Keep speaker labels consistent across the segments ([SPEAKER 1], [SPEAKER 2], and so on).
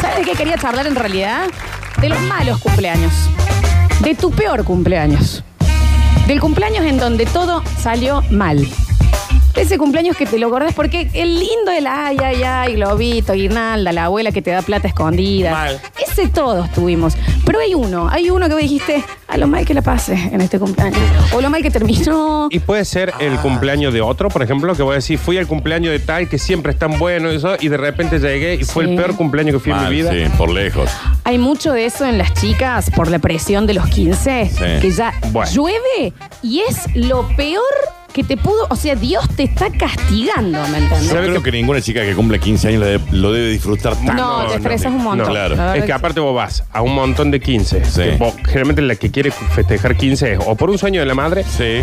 [SPEAKER 1] ¿Sabes de qué quería charlar en realidad? De los malos cumpleaños. De tu peor cumpleaños. Del cumpleaños en donde todo salió mal. De ese cumpleaños que te lo acordás porque el lindo el ay, ay, ay, globito, guirnalda, la abuela que te da plata escondida.
[SPEAKER 2] Mal.
[SPEAKER 1] Ese todos tuvimos. Pero hay uno, hay uno que vos dijiste, a lo mal que la pasé en este cumpleaños. O lo mal que terminó.
[SPEAKER 3] Y puede ser el
[SPEAKER 2] Ah.
[SPEAKER 3] cumpleaños de otro, por ejemplo, que voy a decir, fui al cumpleaños de tal, que siempre es tan bueno y eso, y de repente llegué y fue
[SPEAKER 1] Sí.
[SPEAKER 3] el peor cumpleaños que fui en
[SPEAKER 2] Mal,
[SPEAKER 3] mi vida.
[SPEAKER 2] Sí, por lejos.
[SPEAKER 1] Hay mucho de eso en las chicas por la presión de los 15,
[SPEAKER 2] Sí.
[SPEAKER 1] que ya
[SPEAKER 3] Bueno.
[SPEAKER 1] llueve y es lo peor que te pudo, o sea, Dios te está castigando, ¿me
[SPEAKER 2] Yo
[SPEAKER 1] entiendes?
[SPEAKER 3] ¿Sabe
[SPEAKER 2] creo que...
[SPEAKER 3] que-
[SPEAKER 2] ninguna chica que cumple 15 años lo debe, lo debe disfrutar tanto.
[SPEAKER 1] No, te estresas un montón.
[SPEAKER 2] No, claro.
[SPEAKER 1] La verdad
[SPEAKER 3] Es que
[SPEAKER 1] que sí.
[SPEAKER 3] aparte vos vas a un montón de 15.
[SPEAKER 2] Sí.
[SPEAKER 3] que vos- generalmente la que quiere festejar 15 es o por un sueño de la madre
[SPEAKER 2] Sí.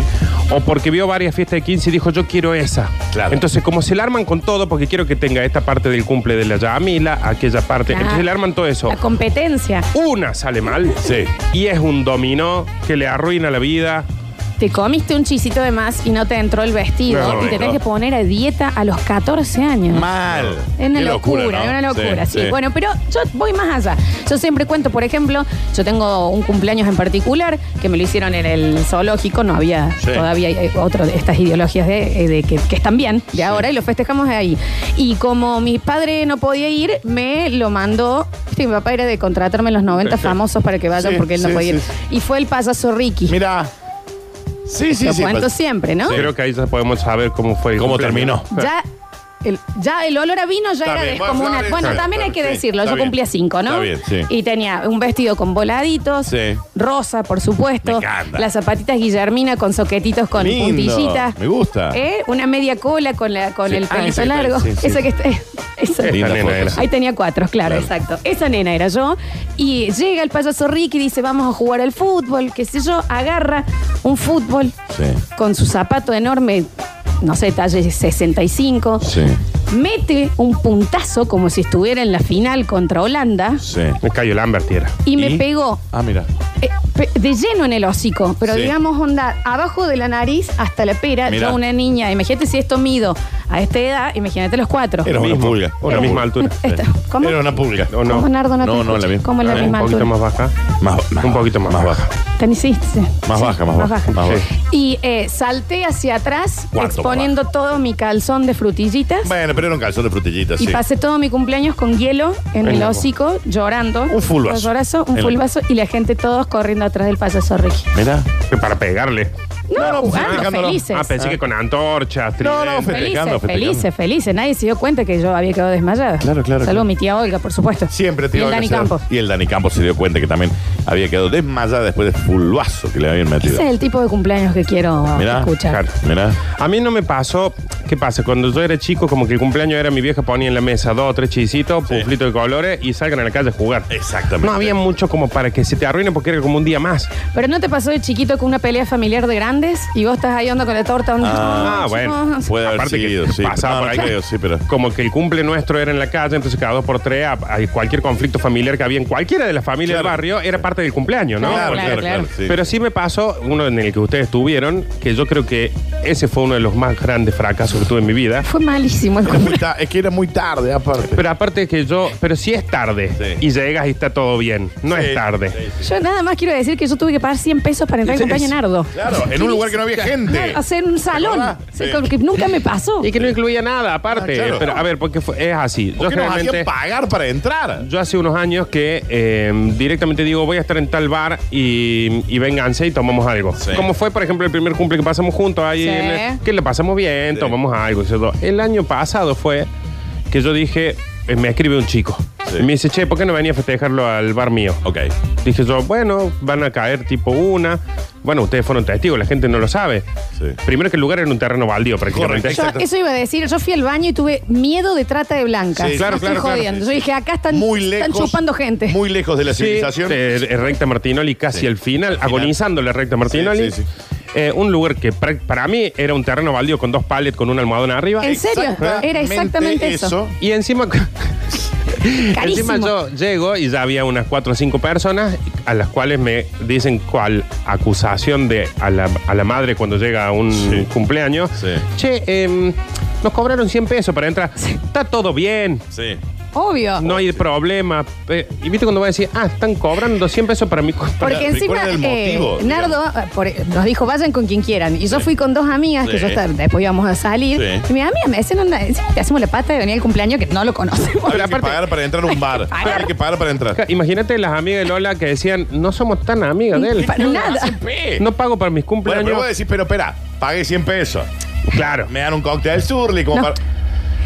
[SPEAKER 3] o porque vio varias fiestas de 15 y dijo yo quiero esa.
[SPEAKER 2] Claro.
[SPEAKER 3] Entonces como se la arman con todo porque quiero que tenga esta parte del cumple de la Yamila, aquella parte.
[SPEAKER 1] Ajá.
[SPEAKER 3] Entonces le arman todo eso.
[SPEAKER 1] La competencia.
[SPEAKER 3] Una sale mal
[SPEAKER 2] Sí.
[SPEAKER 3] y es un dominó que le arruina la vida.
[SPEAKER 1] Te comiste un chisito de más y no te entró el vestido
[SPEAKER 3] No,
[SPEAKER 1] y te
[SPEAKER 3] no.
[SPEAKER 1] tenés que poner a dieta a los 14 años.
[SPEAKER 2] Mal.
[SPEAKER 1] Es una
[SPEAKER 2] Qué
[SPEAKER 1] locura,
[SPEAKER 2] ¿no?
[SPEAKER 1] es una locura, sí,
[SPEAKER 2] sí.
[SPEAKER 1] Bueno, pero yo voy más allá. Yo siempre cuento, por ejemplo, yo tengo un cumpleaños en particular que me lo hicieron en el zoológico, no había
[SPEAKER 2] Sí.
[SPEAKER 1] todavía eh, otro de estas ideologías de, eh, de que, que están bien de ahora y lo festejamos ahí. Y como mi padre no podía ir, me lo mandó. Viste, mi papá era de contratarme los 90
[SPEAKER 2] Perfecto.
[SPEAKER 1] famosos para que vayan
[SPEAKER 2] Sí,
[SPEAKER 1] porque él no
[SPEAKER 2] sí,
[SPEAKER 1] podía ir.
[SPEAKER 2] sí,
[SPEAKER 1] Y fue el payaso Ricky.
[SPEAKER 2] Mira. Sí, sí, pues,
[SPEAKER 1] lo
[SPEAKER 2] sí.
[SPEAKER 1] cuento
[SPEAKER 2] pasa.
[SPEAKER 1] siempre, ¿no?
[SPEAKER 3] Creo que ahí ya podemos saber cómo fue. el
[SPEAKER 2] ¿Cómo
[SPEAKER 3] cumpleaños.
[SPEAKER 1] Ya el, ya el olor a vino ya
[SPEAKER 2] Está
[SPEAKER 1] era
[SPEAKER 2] bien,
[SPEAKER 1] descomunal.
[SPEAKER 2] bueno, está bien,
[SPEAKER 1] Bueno,
[SPEAKER 2] está bien,
[SPEAKER 1] también hay que
[SPEAKER 2] sí,
[SPEAKER 1] decirlo.
[SPEAKER 2] está
[SPEAKER 1] Yo
[SPEAKER 2] bien.
[SPEAKER 1] cumplía cinco, ¿no?
[SPEAKER 2] Está bien, sí.
[SPEAKER 1] Y tenía un vestido con voladitos,
[SPEAKER 2] Sí.
[SPEAKER 1] rosa, por supuesto.
[SPEAKER 2] Me encanta.
[SPEAKER 1] Las zapatitas Guillermina con soquetitos con
[SPEAKER 2] Lindo,
[SPEAKER 1] puntillitas.
[SPEAKER 2] me gusta.
[SPEAKER 1] ¿Eh? Una media cola con, la, con
[SPEAKER 2] Sí.
[SPEAKER 1] el
[SPEAKER 2] Ah, esa
[SPEAKER 1] pelo
[SPEAKER 2] que-
[SPEAKER 1] largo.
[SPEAKER 2] sí, sí.
[SPEAKER 1] Esa que está. esa.
[SPEAKER 3] Esta
[SPEAKER 2] Linda
[SPEAKER 3] nena
[SPEAKER 2] foto,
[SPEAKER 3] era.
[SPEAKER 2] sí.
[SPEAKER 1] Ahí tenía cuatro, claro,
[SPEAKER 2] Claro.
[SPEAKER 1] exacto. Esa nena era yo. Y llega el payaso Ricky y dice, vamos a jugar al fútbol, qué sé yo. Agarra un fútbol
[SPEAKER 2] Sí.
[SPEAKER 1] con su zapato enorme, no sé, talle 65.
[SPEAKER 2] Sí.
[SPEAKER 1] Mete un puntazo como si estuviera en la final contra Holanda
[SPEAKER 2] Sí.
[SPEAKER 3] Me cayó Lambert y era.
[SPEAKER 1] y me pegó
[SPEAKER 2] Ah, mira.
[SPEAKER 1] eh, pe- de lleno en el hocico, pero
[SPEAKER 2] Sí.
[SPEAKER 1] digamos onda, abajo de la nariz hasta la pera,
[SPEAKER 2] Mirá.
[SPEAKER 1] yo una niña, imagínate si esto mido a esta edad, imagínate los cuatro.
[SPEAKER 2] Era una
[SPEAKER 3] Mismo,
[SPEAKER 2] pulga.
[SPEAKER 3] una
[SPEAKER 2] Era-
[SPEAKER 3] misma altura.
[SPEAKER 1] Esta- ¿Cómo?
[SPEAKER 2] Era una pulga.
[SPEAKER 3] ¿O no?
[SPEAKER 1] ¿Cómo, Nardo, no, te
[SPEAKER 2] No, no,
[SPEAKER 1] escucho?
[SPEAKER 2] la misma.
[SPEAKER 1] ¿Cómo la
[SPEAKER 2] Eh,
[SPEAKER 1] misma
[SPEAKER 3] un poquito
[SPEAKER 1] altura?
[SPEAKER 3] más baja.
[SPEAKER 2] Más,
[SPEAKER 3] Un poquito más baja.
[SPEAKER 1] Tan hiciste.
[SPEAKER 2] Más
[SPEAKER 1] Sí,
[SPEAKER 2] baja, más, baja. Más baja.
[SPEAKER 1] Y eh, salté hacia atrás,
[SPEAKER 2] Cuarto,
[SPEAKER 1] exponiendo todo mi calzón de frutillitas.
[SPEAKER 2] Bueno, pero era un calzón de frutillitas,
[SPEAKER 1] Y
[SPEAKER 2] sí.
[SPEAKER 1] pasé todo mi cumpleaños con hielo en
[SPEAKER 3] En
[SPEAKER 1] el
[SPEAKER 3] la boca.
[SPEAKER 1] hocico, llorando.
[SPEAKER 2] Un full vaso.
[SPEAKER 1] Un llorazo, un
[SPEAKER 2] En-
[SPEAKER 1] full vaso, y la gente todos corriendo atrás del payaso Ricky.
[SPEAKER 2] Mira.
[SPEAKER 3] Que Para pegarle.
[SPEAKER 1] No,
[SPEAKER 2] No, no,
[SPEAKER 1] jugando,
[SPEAKER 2] festejando, no.
[SPEAKER 1] felices.
[SPEAKER 3] Ah, pensé que con antorchas,
[SPEAKER 2] No, no,
[SPEAKER 3] tridente.
[SPEAKER 1] Felices,
[SPEAKER 2] festejando, festejando.
[SPEAKER 1] felices, felices. Nadie se dio cuenta que yo había quedado desmayada.
[SPEAKER 2] Claro, claro,
[SPEAKER 1] Salvo
[SPEAKER 2] claro.
[SPEAKER 1] mi tía Olga, por supuesto.
[SPEAKER 2] Siempre
[SPEAKER 1] Y
[SPEAKER 2] tío.
[SPEAKER 1] el Dani Campos.
[SPEAKER 2] Y el Dani Campos se dio cuenta que también había quedado desmayada después del fulbazo que le habían metido.
[SPEAKER 1] Ese es el tipo de cumpleaños que quiero
[SPEAKER 2] Mirá,
[SPEAKER 1] escuchar.
[SPEAKER 3] claro.
[SPEAKER 2] Mirá.
[SPEAKER 3] A mí no me pasó, ¿qué pasa? Cuando yo era chico, como que el cumpleaños era mi vieja ponía en la mesa dos o tres chisitos,
[SPEAKER 2] Sí.
[SPEAKER 3] puflitos de colores y salgan a la calle a jugar.
[SPEAKER 2] Exactamente.
[SPEAKER 3] No había mucho como para que se te arruine porque era como un día más.
[SPEAKER 1] Pero ¿no te pasó de chiquito con una pelea familiar de grandes y vos estás ahí onda con la torta?
[SPEAKER 2] Ah,
[SPEAKER 3] Ah, bueno.
[SPEAKER 2] Puede haber
[SPEAKER 3] Aparte que
[SPEAKER 2] sido, sí.
[SPEAKER 3] pasaba
[SPEAKER 2] No,
[SPEAKER 3] por
[SPEAKER 2] no
[SPEAKER 3] ahí.
[SPEAKER 2] creo, sí, pero.
[SPEAKER 3] Como que el cumple nuestro era en la calle, entonces cada dos por tres a- hay cualquier conflicto familiar que había en cualquiera de las familias
[SPEAKER 2] Claro.
[SPEAKER 3] del barrio era parte del cumpleaños, ¿no?
[SPEAKER 1] Claro,
[SPEAKER 3] Porque-
[SPEAKER 1] claro, claro.
[SPEAKER 2] sí.
[SPEAKER 3] Pero sí me pasó, uno en el que ustedes tuvieron, que yo creo que ese fue uno de los más grandes fracasos que tuve en mi vida.
[SPEAKER 1] Fue malísimo el
[SPEAKER 2] Era muy
[SPEAKER 1] cumpleaños.
[SPEAKER 2] ta- es que era muy tarde, aparte.
[SPEAKER 3] Pero aparte que yo, pero si es tarde
[SPEAKER 2] Sí.
[SPEAKER 3] y llegas y está todo bien, no
[SPEAKER 2] Sí,
[SPEAKER 3] es tarde.
[SPEAKER 2] sí, sí.
[SPEAKER 1] Yo nada más quiero decir que yo tuve que pagar 100 pesos para entrar al
[SPEAKER 3] Sí,
[SPEAKER 1] cumpleaños
[SPEAKER 3] sí.
[SPEAKER 1] Nardo.
[SPEAKER 2] Claro, en un lugar que no había gente.
[SPEAKER 1] Hacer un salón.
[SPEAKER 2] acordás?
[SPEAKER 1] Sí,
[SPEAKER 2] Sí.
[SPEAKER 1] con- Que nunca me pasó.
[SPEAKER 3] Y que no incluía nada aparte.
[SPEAKER 2] Ah, claro.
[SPEAKER 3] Pero a ver, porque fue- es así.
[SPEAKER 2] ¿Por
[SPEAKER 3] Yo
[SPEAKER 2] qué nos hacían
[SPEAKER 3] generalmente
[SPEAKER 2] pagar para entrar?
[SPEAKER 3] yo hace unos años que eh, directamente digo, voy a estar en tal bar y, y vénganse y tomamos algo.
[SPEAKER 2] Sí.
[SPEAKER 3] Como fue, por ejemplo, el primer cumple que pasamos juntos ahí,
[SPEAKER 1] Sí.
[SPEAKER 3] en- que le pasamos bien,
[SPEAKER 2] Sí.
[SPEAKER 3] tomamos algo. ¿cierto? El año pasado fue que yo dije, eh, me escribe un chico.
[SPEAKER 2] Sí.
[SPEAKER 3] Y Me dice, che, ¿por qué no venía a festejarlo al bar mío?
[SPEAKER 2] Ok.
[SPEAKER 3] Dije yo, bueno, van a caer tipo una. Bueno, ustedes fueron testigos, la gente no lo sabe.
[SPEAKER 2] Sí.
[SPEAKER 3] Primero que el lugar era un terreno baldío prácticamente.
[SPEAKER 1] Yo,
[SPEAKER 2] Exacto.
[SPEAKER 1] eso iba a decir, yo fui al baño y tuve miedo de trata de blancas.
[SPEAKER 2] Sí, claro,
[SPEAKER 1] No estoy
[SPEAKER 3] claro, claro.
[SPEAKER 1] jodiendo. Yo dije, acá están,
[SPEAKER 2] Muy lejos.
[SPEAKER 1] están chupando gente.
[SPEAKER 2] Muy lejos de la
[SPEAKER 3] Sí,
[SPEAKER 2] civilización.
[SPEAKER 3] eh, eh, recta Martinoli casi
[SPEAKER 2] Sí.
[SPEAKER 3] al final,
[SPEAKER 2] Al final.
[SPEAKER 3] agonizando la recta Martinoli.
[SPEAKER 2] Sí, sí,
[SPEAKER 3] Eh, un lugar que pra- para mí era un terreno baldío con dos palets con un almohadón arriba.
[SPEAKER 1] En serio, era exactamente eso.
[SPEAKER 3] Y encima,
[SPEAKER 1] Carísimo.
[SPEAKER 3] encima yo llego y ya había unas cuatro o cinco personas a las cuales me dicen cuál acusación de a la, a la madre cuando llega a un
[SPEAKER 2] Sí.
[SPEAKER 3] cumpleaños.
[SPEAKER 2] Sí.
[SPEAKER 3] Che, em, nos cobraron 100 pesos para entrar. Está todo bien.
[SPEAKER 2] Sí.
[SPEAKER 1] Obvio.
[SPEAKER 3] No hay problema. Eh, y viste cuando va a decir, ah, están cobrando 100 pesos para mi copa.
[SPEAKER 1] Porque encima,
[SPEAKER 2] recuerden el
[SPEAKER 1] eh,
[SPEAKER 2] motivo,
[SPEAKER 1] Nardo eh, por- nos dijo, vayan con quien quieran. Y yo
[SPEAKER 2] Sí.
[SPEAKER 1] fui con dos amigas, que
[SPEAKER 2] Sí.
[SPEAKER 1] yo estaba- después íbamos a salir.
[SPEAKER 2] Sí.
[SPEAKER 1] Y mi amiga me decían, onda, encima te hacemos la pata de venir al cumpleaños que no lo conocemos.
[SPEAKER 2] Habría que
[SPEAKER 3] aparte-
[SPEAKER 2] pagar para entrar a un bar.
[SPEAKER 1] pagar.
[SPEAKER 2] Habría que pagar para entrar.
[SPEAKER 3] Imagínate las amigas de Lola que decían, no somos tan amigas de él.
[SPEAKER 1] Para nada.
[SPEAKER 3] No pago para mis
[SPEAKER 2] Bueno,
[SPEAKER 3] cumpleaños.
[SPEAKER 2] pero vos decís, pero espera, pagué 100 pesos.
[SPEAKER 3] Claro.
[SPEAKER 2] Me dan un cóctel surly como
[SPEAKER 1] No.
[SPEAKER 2] para...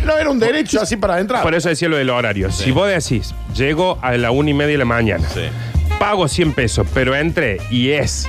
[SPEAKER 2] No era un derecho así para entrar.
[SPEAKER 3] Por eso decía lo del horario. Si vos decís, llego a la una y media de la mañana,
[SPEAKER 2] Sí.
[SPEAKER 3] pago 100 pesos, pero entre y es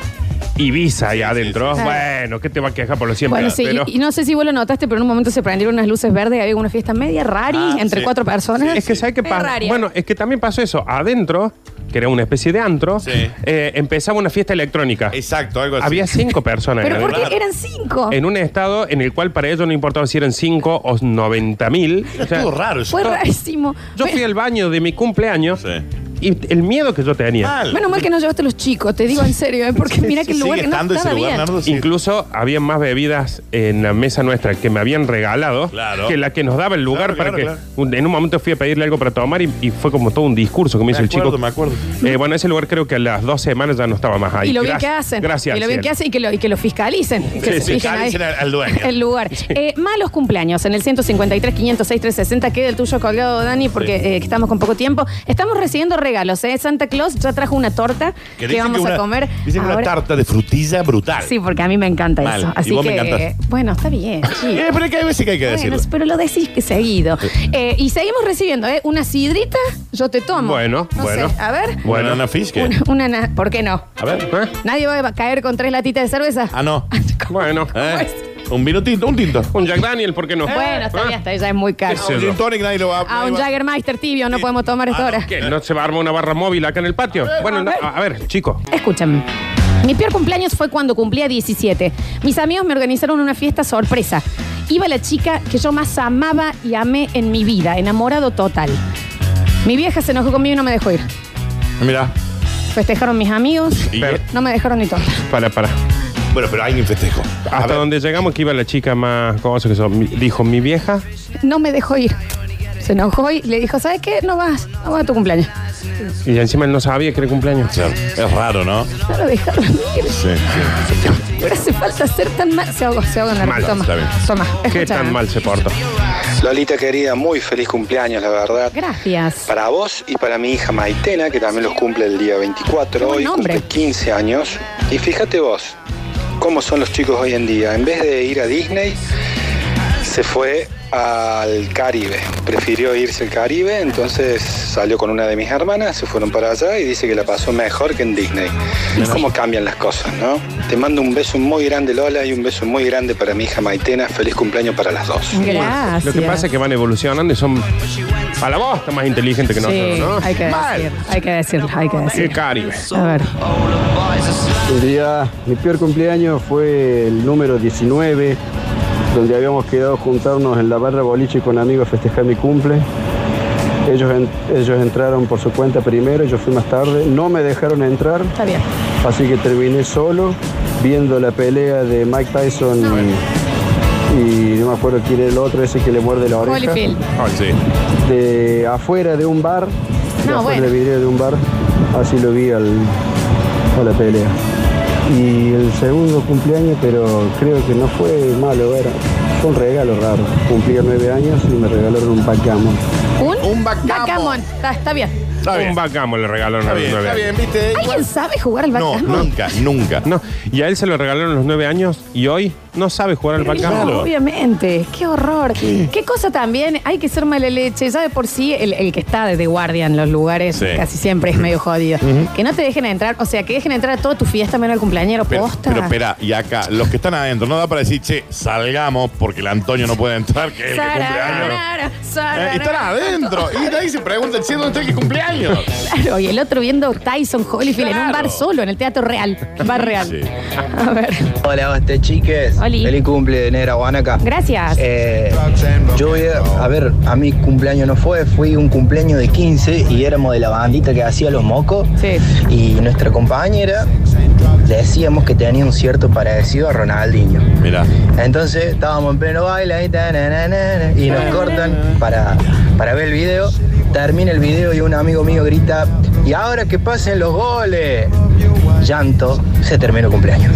[SPEAKER 3] Ibiza
[SPEAKER 2] Sí,
[SPEAKER 3] ahí
[SPEAKER 2] sí,
[SPEAKER 3] adentro,
[SPEAKER 1] sí.
[SPEAKER 3] bueno, ¿qué te va a quejar por los 100
[SPEAKER 1] Bueno,
[SPEAKER 3] pesos?
[SPEAKER 1] sí, y-
[SPEAKER 3] Pero-
[SPEAKER 1] y, no sé si vos lo notaste, pero en un momento se prendieron unas luces verdes y había una fiesta media rari
[SPEAKER 2] Ah,
[SPEAKER 1] entre
[SPEAKER 2] sí.
[SPEAKER 1] cuatro personas.
[SPEAKER 2] Sí,
[SPEAKER 3] Es que ¿sabes qué
[SPEAKER 1] Medio
[SPEAKER 3] pasa?
[SPEAKER 1] raria.
[SPEAKER 3] Bueno, es que también pasó eso. Adentro, que era una especie de antro,
[SPEAKER 2] Sí.
[SPEAKER 3] eh, empezaba una fiesta electrónica.
[SPEAKER 2] Exacto, algo así.
[SPEAKER 3] Había cinco personas.
[SPEAKER 1] pero
[SPEAKER 3] en
[SPEAKER 1] porque
[SPEAKER 2] raro.
[SPEAKER 1] eran cinco.
[SPEAKER 3] en un estado en el cual para ellos no importaba si eran 5 o 90 mil. O sea,
[SPEAKER 2] Estuvo raro eso.
[SPEAKER 1] Fue rarísimo.
[SPEAKER 3] Yo fui al baño de mi cumpleaños
[SPEAKER 2] Sí. Ah,
[SPEAKER 3] y el miedo que yo tenía.
[SPEAKER 2] Mal.
[SPEAKER 1] Menos mal que no llevaste los chicos, te digo en serio, ¿eh? porque mira que el
[SPEAKER 2] ¿Sigue
[SPEAKER 1] lugar que no
[SPEAKER 2] estando ese
[SPEAKER 1] estaba
[SPEAKER 2] lugar,
[SPEAKER 1] bien.
[SPEAKER 2] Nardo? Sí.
[SPEAKER 3] Incluso había más bebidas en la mesa nuestra que me habían regalado
[SPEAKER 2] Claro.
[SPEAKER 3] que la que nos daba el lugar
[SPEAKER 2] Claro,
[SPEAKER 3] para
[SPEAKER 2] claro,
[SPEAKER 3] que
[SPEAKER 2] claro.
[SPEAKER 3] un- en un momento fui a pedirle algo para tomar y, y fue como todo un discurso que
[SPEAKER 2] Me
[SPEAKER 3] me, hizo
[SPEAKER 2] acuerdo,
[SPEAKER 3] el
[SPEAKER 2] me
[SPEAKER 3] chico.
[SPEAKER 2] acuerdo.
[SPEAKER 3] Eh, bueno, ese lugar creo que a las dos semanas ya no estaba más ahí.
[SPEAKER 1] Y lo bien
[SPEAKER 3] Gracias-
[SPEAKER 1] que hacen.
[SPEAKER 3] Gracias.
[SPEAKER 1] Y lo bien
[SPEAKER 3] al
[SPEAKER 1] que
[SPEAKER 3] cielo.
[SPEAKER 1] hacen y que lo, y que lo fiscalicen.
[SPEAKER 2] Sí,
[SPEAKER 1] Que se
[SPEAKER 2] sí,
[SPEAKER 1] fijen ahí.
[SPEAKER 2] fiscalicen al- al dueño.
[SPEAKER 1] El lugar. Eh, malos cumpleaños en el 153, 506, 360. Queda el tuyo colgado, Dani, porque
[SPEAKER 2] Sí.
[SPEAKER 1] eh, que estamos con poco tiempo. Estamos recibiendo regalos. ¿eh? Santa Claus ya trajo una torta que,
[SPEAKER 2] dicen
[SPEAKER 1] vamos
[SPEAKER 2] una-
[SPEAKER 1] a comer.
[SPEAKER 2] Dicen que una
[SPEAKER 1] ahora.
[SPEAKER 2] tarta de frutilla brutal.
[SPEAKER 1] Sí, porque a mí me encanta
[SPEAKER 2] Mal.
[SPEAKER 1] eso.
[SPEAKER 2] Y
[SPEAKER 1] Así
[SPEAKER 2] vos me
[SPEAKER 1] que, eh,
[SPEAKER 2] encantás.
[SPEAKER 1] bueno, está bien. sí.
[SPEAKER 2] Eh, pero es que hay veces que hay que
[SPEAKER 1] Bueno,
[SPEAKER 2] decirlo.
[SPEAKER 1] pero lo decís que seguido. Eh, y seguimos recibiendo, ¿eh? Una sidrita, yo te tomo.
[SPEAKER 3] Bueno,
[SPEAKER 1] No
[SPEAKER 3] bueno.
[SPEAKER 1] sé, a ver.
[SPEAKER 2] Bueno,
[SPEAKER 3] Bueno.
[SPEAKER 2] una fish que-
[SPEAKER 1] Una, una na- ¿Por qué no?
[SPEAKER 2] A ver.
[SPEAKER 3] ¿Eh?
[SPEAKER 1] ¿Nadie va a caer con tres latitas de cerveza?
[SPEAKER 2] Ah, no.
[SPEAKER 3] Bueno,
[SPEAKER 2] ¿Eh?
[SPEAKER 1] es?
[SPEAKER 2] Un vino tinto, un tinto.
[SPEAKER 3] un Jack Daniel, ¿por qué no?
[SPEAKER 1] Bueno, está
[SPEAKER 3] ¿Ah?
[SPEAKER 1] bien, está bien, ya es muy caro.
[SPEAKER 3] Sí,
[SPEAKER 2] Un
[SPEAKER 3] no.
[SPEAKER 2] gin tonic nadie lo va
[SPEAKER 1] A Ah, un Jaggermeister tibio no
[SPEAKER 2] Sí.
[SPEAKER 1] podemos tomar esta
[SPEAKER 2] Ah, no.
[SPEAKER 1] hora.
[SPEAKER 3] ¿Qué? ¿No se va a armar una barra móvil acá en el patio? bueno, no,
[SPEAKER 1] a ver.
[SPEAKER 3] a ver, chicos.
[SPEAKER 1] Escúchame. Mi peor cumpleaños fue cuando cumplía 17. Mis amigos me organizaron una fiesta sorpresa. Iba la chica que yo más amaba y amé en mi vida, enamorado total. Mi vieja se enojó conmigo y no me dejó ir.
[SPEAKER 2] Mira.
[SPEAKER 1] Festejaron mis amigos,
[SPEAKER 2] Y-
[SPEAKER 3] Pero-
[SPEAKER 1] no me dejaron ni tonta.
[SPEAKER 3] Para, para.
[SPEAKER 2] Bueno, pero alguien festejo. A
[SPEAKER 3] Hasta
[SPEAKER 2] ver.
[SPEAKER 3] donde llegamos que iba la chica más cosa que son. Mi- Dijo, mi vieja.
[SPEAKER 1] No me dejó ir. Se enojó y le dijo, ¿sabes qué? No vas, no vas a tu cumpleaños.
[SPEAKER 3] Y encima él no sabía que era cumpleaños.
[SPEAKER 2] Claro, Es raro, ¿no? Sí,
[SPEAKER 1] No lo dejaron ir.
[SPEAKER 2] sí.
[SPEAKER 1] Pero hace falta ser tan mal. Se ahogó, se ahogó en la
[SPEAKER 3] Mal,
[SPEAKER 1] Toma,
[SPEAKER 2] está bien.
[SPEAKER 1] toma.
[SPEAKER 3] Qué
[SPEAKER 1] escucha. eh.
[SPEAKER 3] tan mal se portó.
[SPEAKER 4] Lolita querida, muy feliz cumpleaños, la verdad.
[SPEAKER 1] Gracias.
[SPEAKER 4] Para vos y para mi hija Maitena, que también los cumple el día 24,
[SPEAKER 1] Qué buen
[SPEAKER 4] hoy
[SPEAKER 1] nombre.
[SPEAKER 4] cumple 15 años. Y fíjate vos, cómo son los chicos hoy en día. En vez de ir a Disney, se fue al Caribe. Prefirió irse al Caribe, entonces salió con una de mis hermanas, se fueron para allá y dice que la pasó mejor que en Disney. ¿Cómo cambian las cosas, no? Te mando un beso muy grande, Lola, y un beso muy grande para mi hija Maitena. Feliz cumpleaños para las dos.
[SPEAKER 1] Gracias.
[SPEAKER 3] Lo que pasa es que van evolucionando y son a la voz más inteligentes que
[SPEAKER 1] Sí,
[SPEAKER 3] nosotros, ¿no?
[SPEAKER 1] hay que
[SPEAKER 3] Mal.
[SPEAKER 1] decir, hay que decirlo, hay que
[SPEAKER 3] Qué
[SPEAKER 1] decir.
[SPEAKER 3] caribe.
[SPEAKER 1] A ver,
[SPEAKER 5] Querida, mi peor cumpleaños fue el número 19, donde habíamos quedado juntarnos en la barra boliche con amigos a festejar mi cumple. Ellos, en- ellos entraron por su cuenta primero, yo fui más tarde, no me dejaron entrar,
[SPEAKER 1] está bien.
[SPEAKER 5] así que terminé solo viendo la pelea de Mike Tyson y, y no me acuerdo quién era el otro, ese que le muerde la oreja,
[SPEAKER 1] Holyfield.
[SPEAKER 2] Ah, sí.
[SPEAKER 5] de afuera de un bar, de
[SPEAKER 1] No,
[SPEAKER 5] afuera
[SPEAKER 1] bueno.
[SPEAKER 5] del vidrio de un bar, así lo vi al, a la pelea. Y el segundo cumpleaños, pero creo que no fue malo, era, fue un regalo raro. Cumplía nueve años y me regalaron un backgammon.
[SPEAKER 1] Un,
[SPEAKER 2] Un backgammon.
[SPEAKER 1] backgammon. Está, está bien.
[SPEAKER 2] Está bien.
[SPEAKER 3] Un backgammon le regalaron a
[SPEAKER 2] Está
[SPEAKER 3] los
[SPEAKER 2] bien,
[SPEAKER 3] nueve
[SPEAKER 2] está
[SPEAKER 3] años.
[SPEAKER 2] bien, ¿viste?
[SPEAKER 1] ¿Alguien
[SPEAKER 2] Igual-
[SPEAKER 1] sabe jugar al
[SPEAKER 2] No,
[SPEAKER 1] backgammon?
[SPEAKER 2] nunca, nunca.
[SPEAKER 3] No, y a él se lo regalaron a los nueve años y hoy no sabe jugar al backgammon.
[SPEAKER 1] No, obviamente, qué horror. Qué cosa también, hay que ser mala leche. Ya de por sí, el, el que está de guardia en los lugares
[SPEAKER 2] Sí.
[SPEAKER 1] casi siempre es medio jodido. Que no te dejen entrar, o sea, que dejen entrar a toda tu fiesta menos al cumpleañero,
[SPEAKER 2] Pero,
[SPEAKER 1] posta.
[SPEAKER 2] pero espera, y acá, los que están adentro, no da para decir, che, salgamos porque el Antonio no puede entrar, que es el que cumple años.
[SPEAKER 1] Sararara,
[SPEAKER 2] Eh,
[SPEAKER 1] sararara.
[SPEAKER 2] están adentro. Y de ahí se preguntan, che, ¿dónde está el que cumple años?
[SPEAKER 1] Claro, y el otro viendo Tyson Holyfield en un
[SPEAKER 2] Claro.
[SPEAKER 1] bar solo, en el Teatro Real. Bar Real.
[SPEAKER 2] Sí.
[SPEAKER 1] A ver,
[SPEAKER 6] Hola, hoste chiques.
[SPEAKER 1] Oli.
[SPEAKER 6] Feliz cumple de Negra Guanaca.
[SPEAKER 1] gracias.
[SPEAKER 6] Eh, yo voy a, a ver, a mi cumpleaños no fue, fui un cumpleaños de 15 y éramos de la bandita que hacía los mocos.
[SPEAKER 1] Sí.
[SPEAKER 6] Y nuestra compañera decíamos que tenía un cierto parecido a Ronaldinho.
[SPEAKER 2] Mira.
[SPEAKER 6] Entonces estábamos en pleno baile ahí, ta, na, na, na, na, y nos cortan para, para ver el video. Termina el video y un amigo mío grita, y ahora que pasen los goles. Llanto, se terminó el cumpleaños.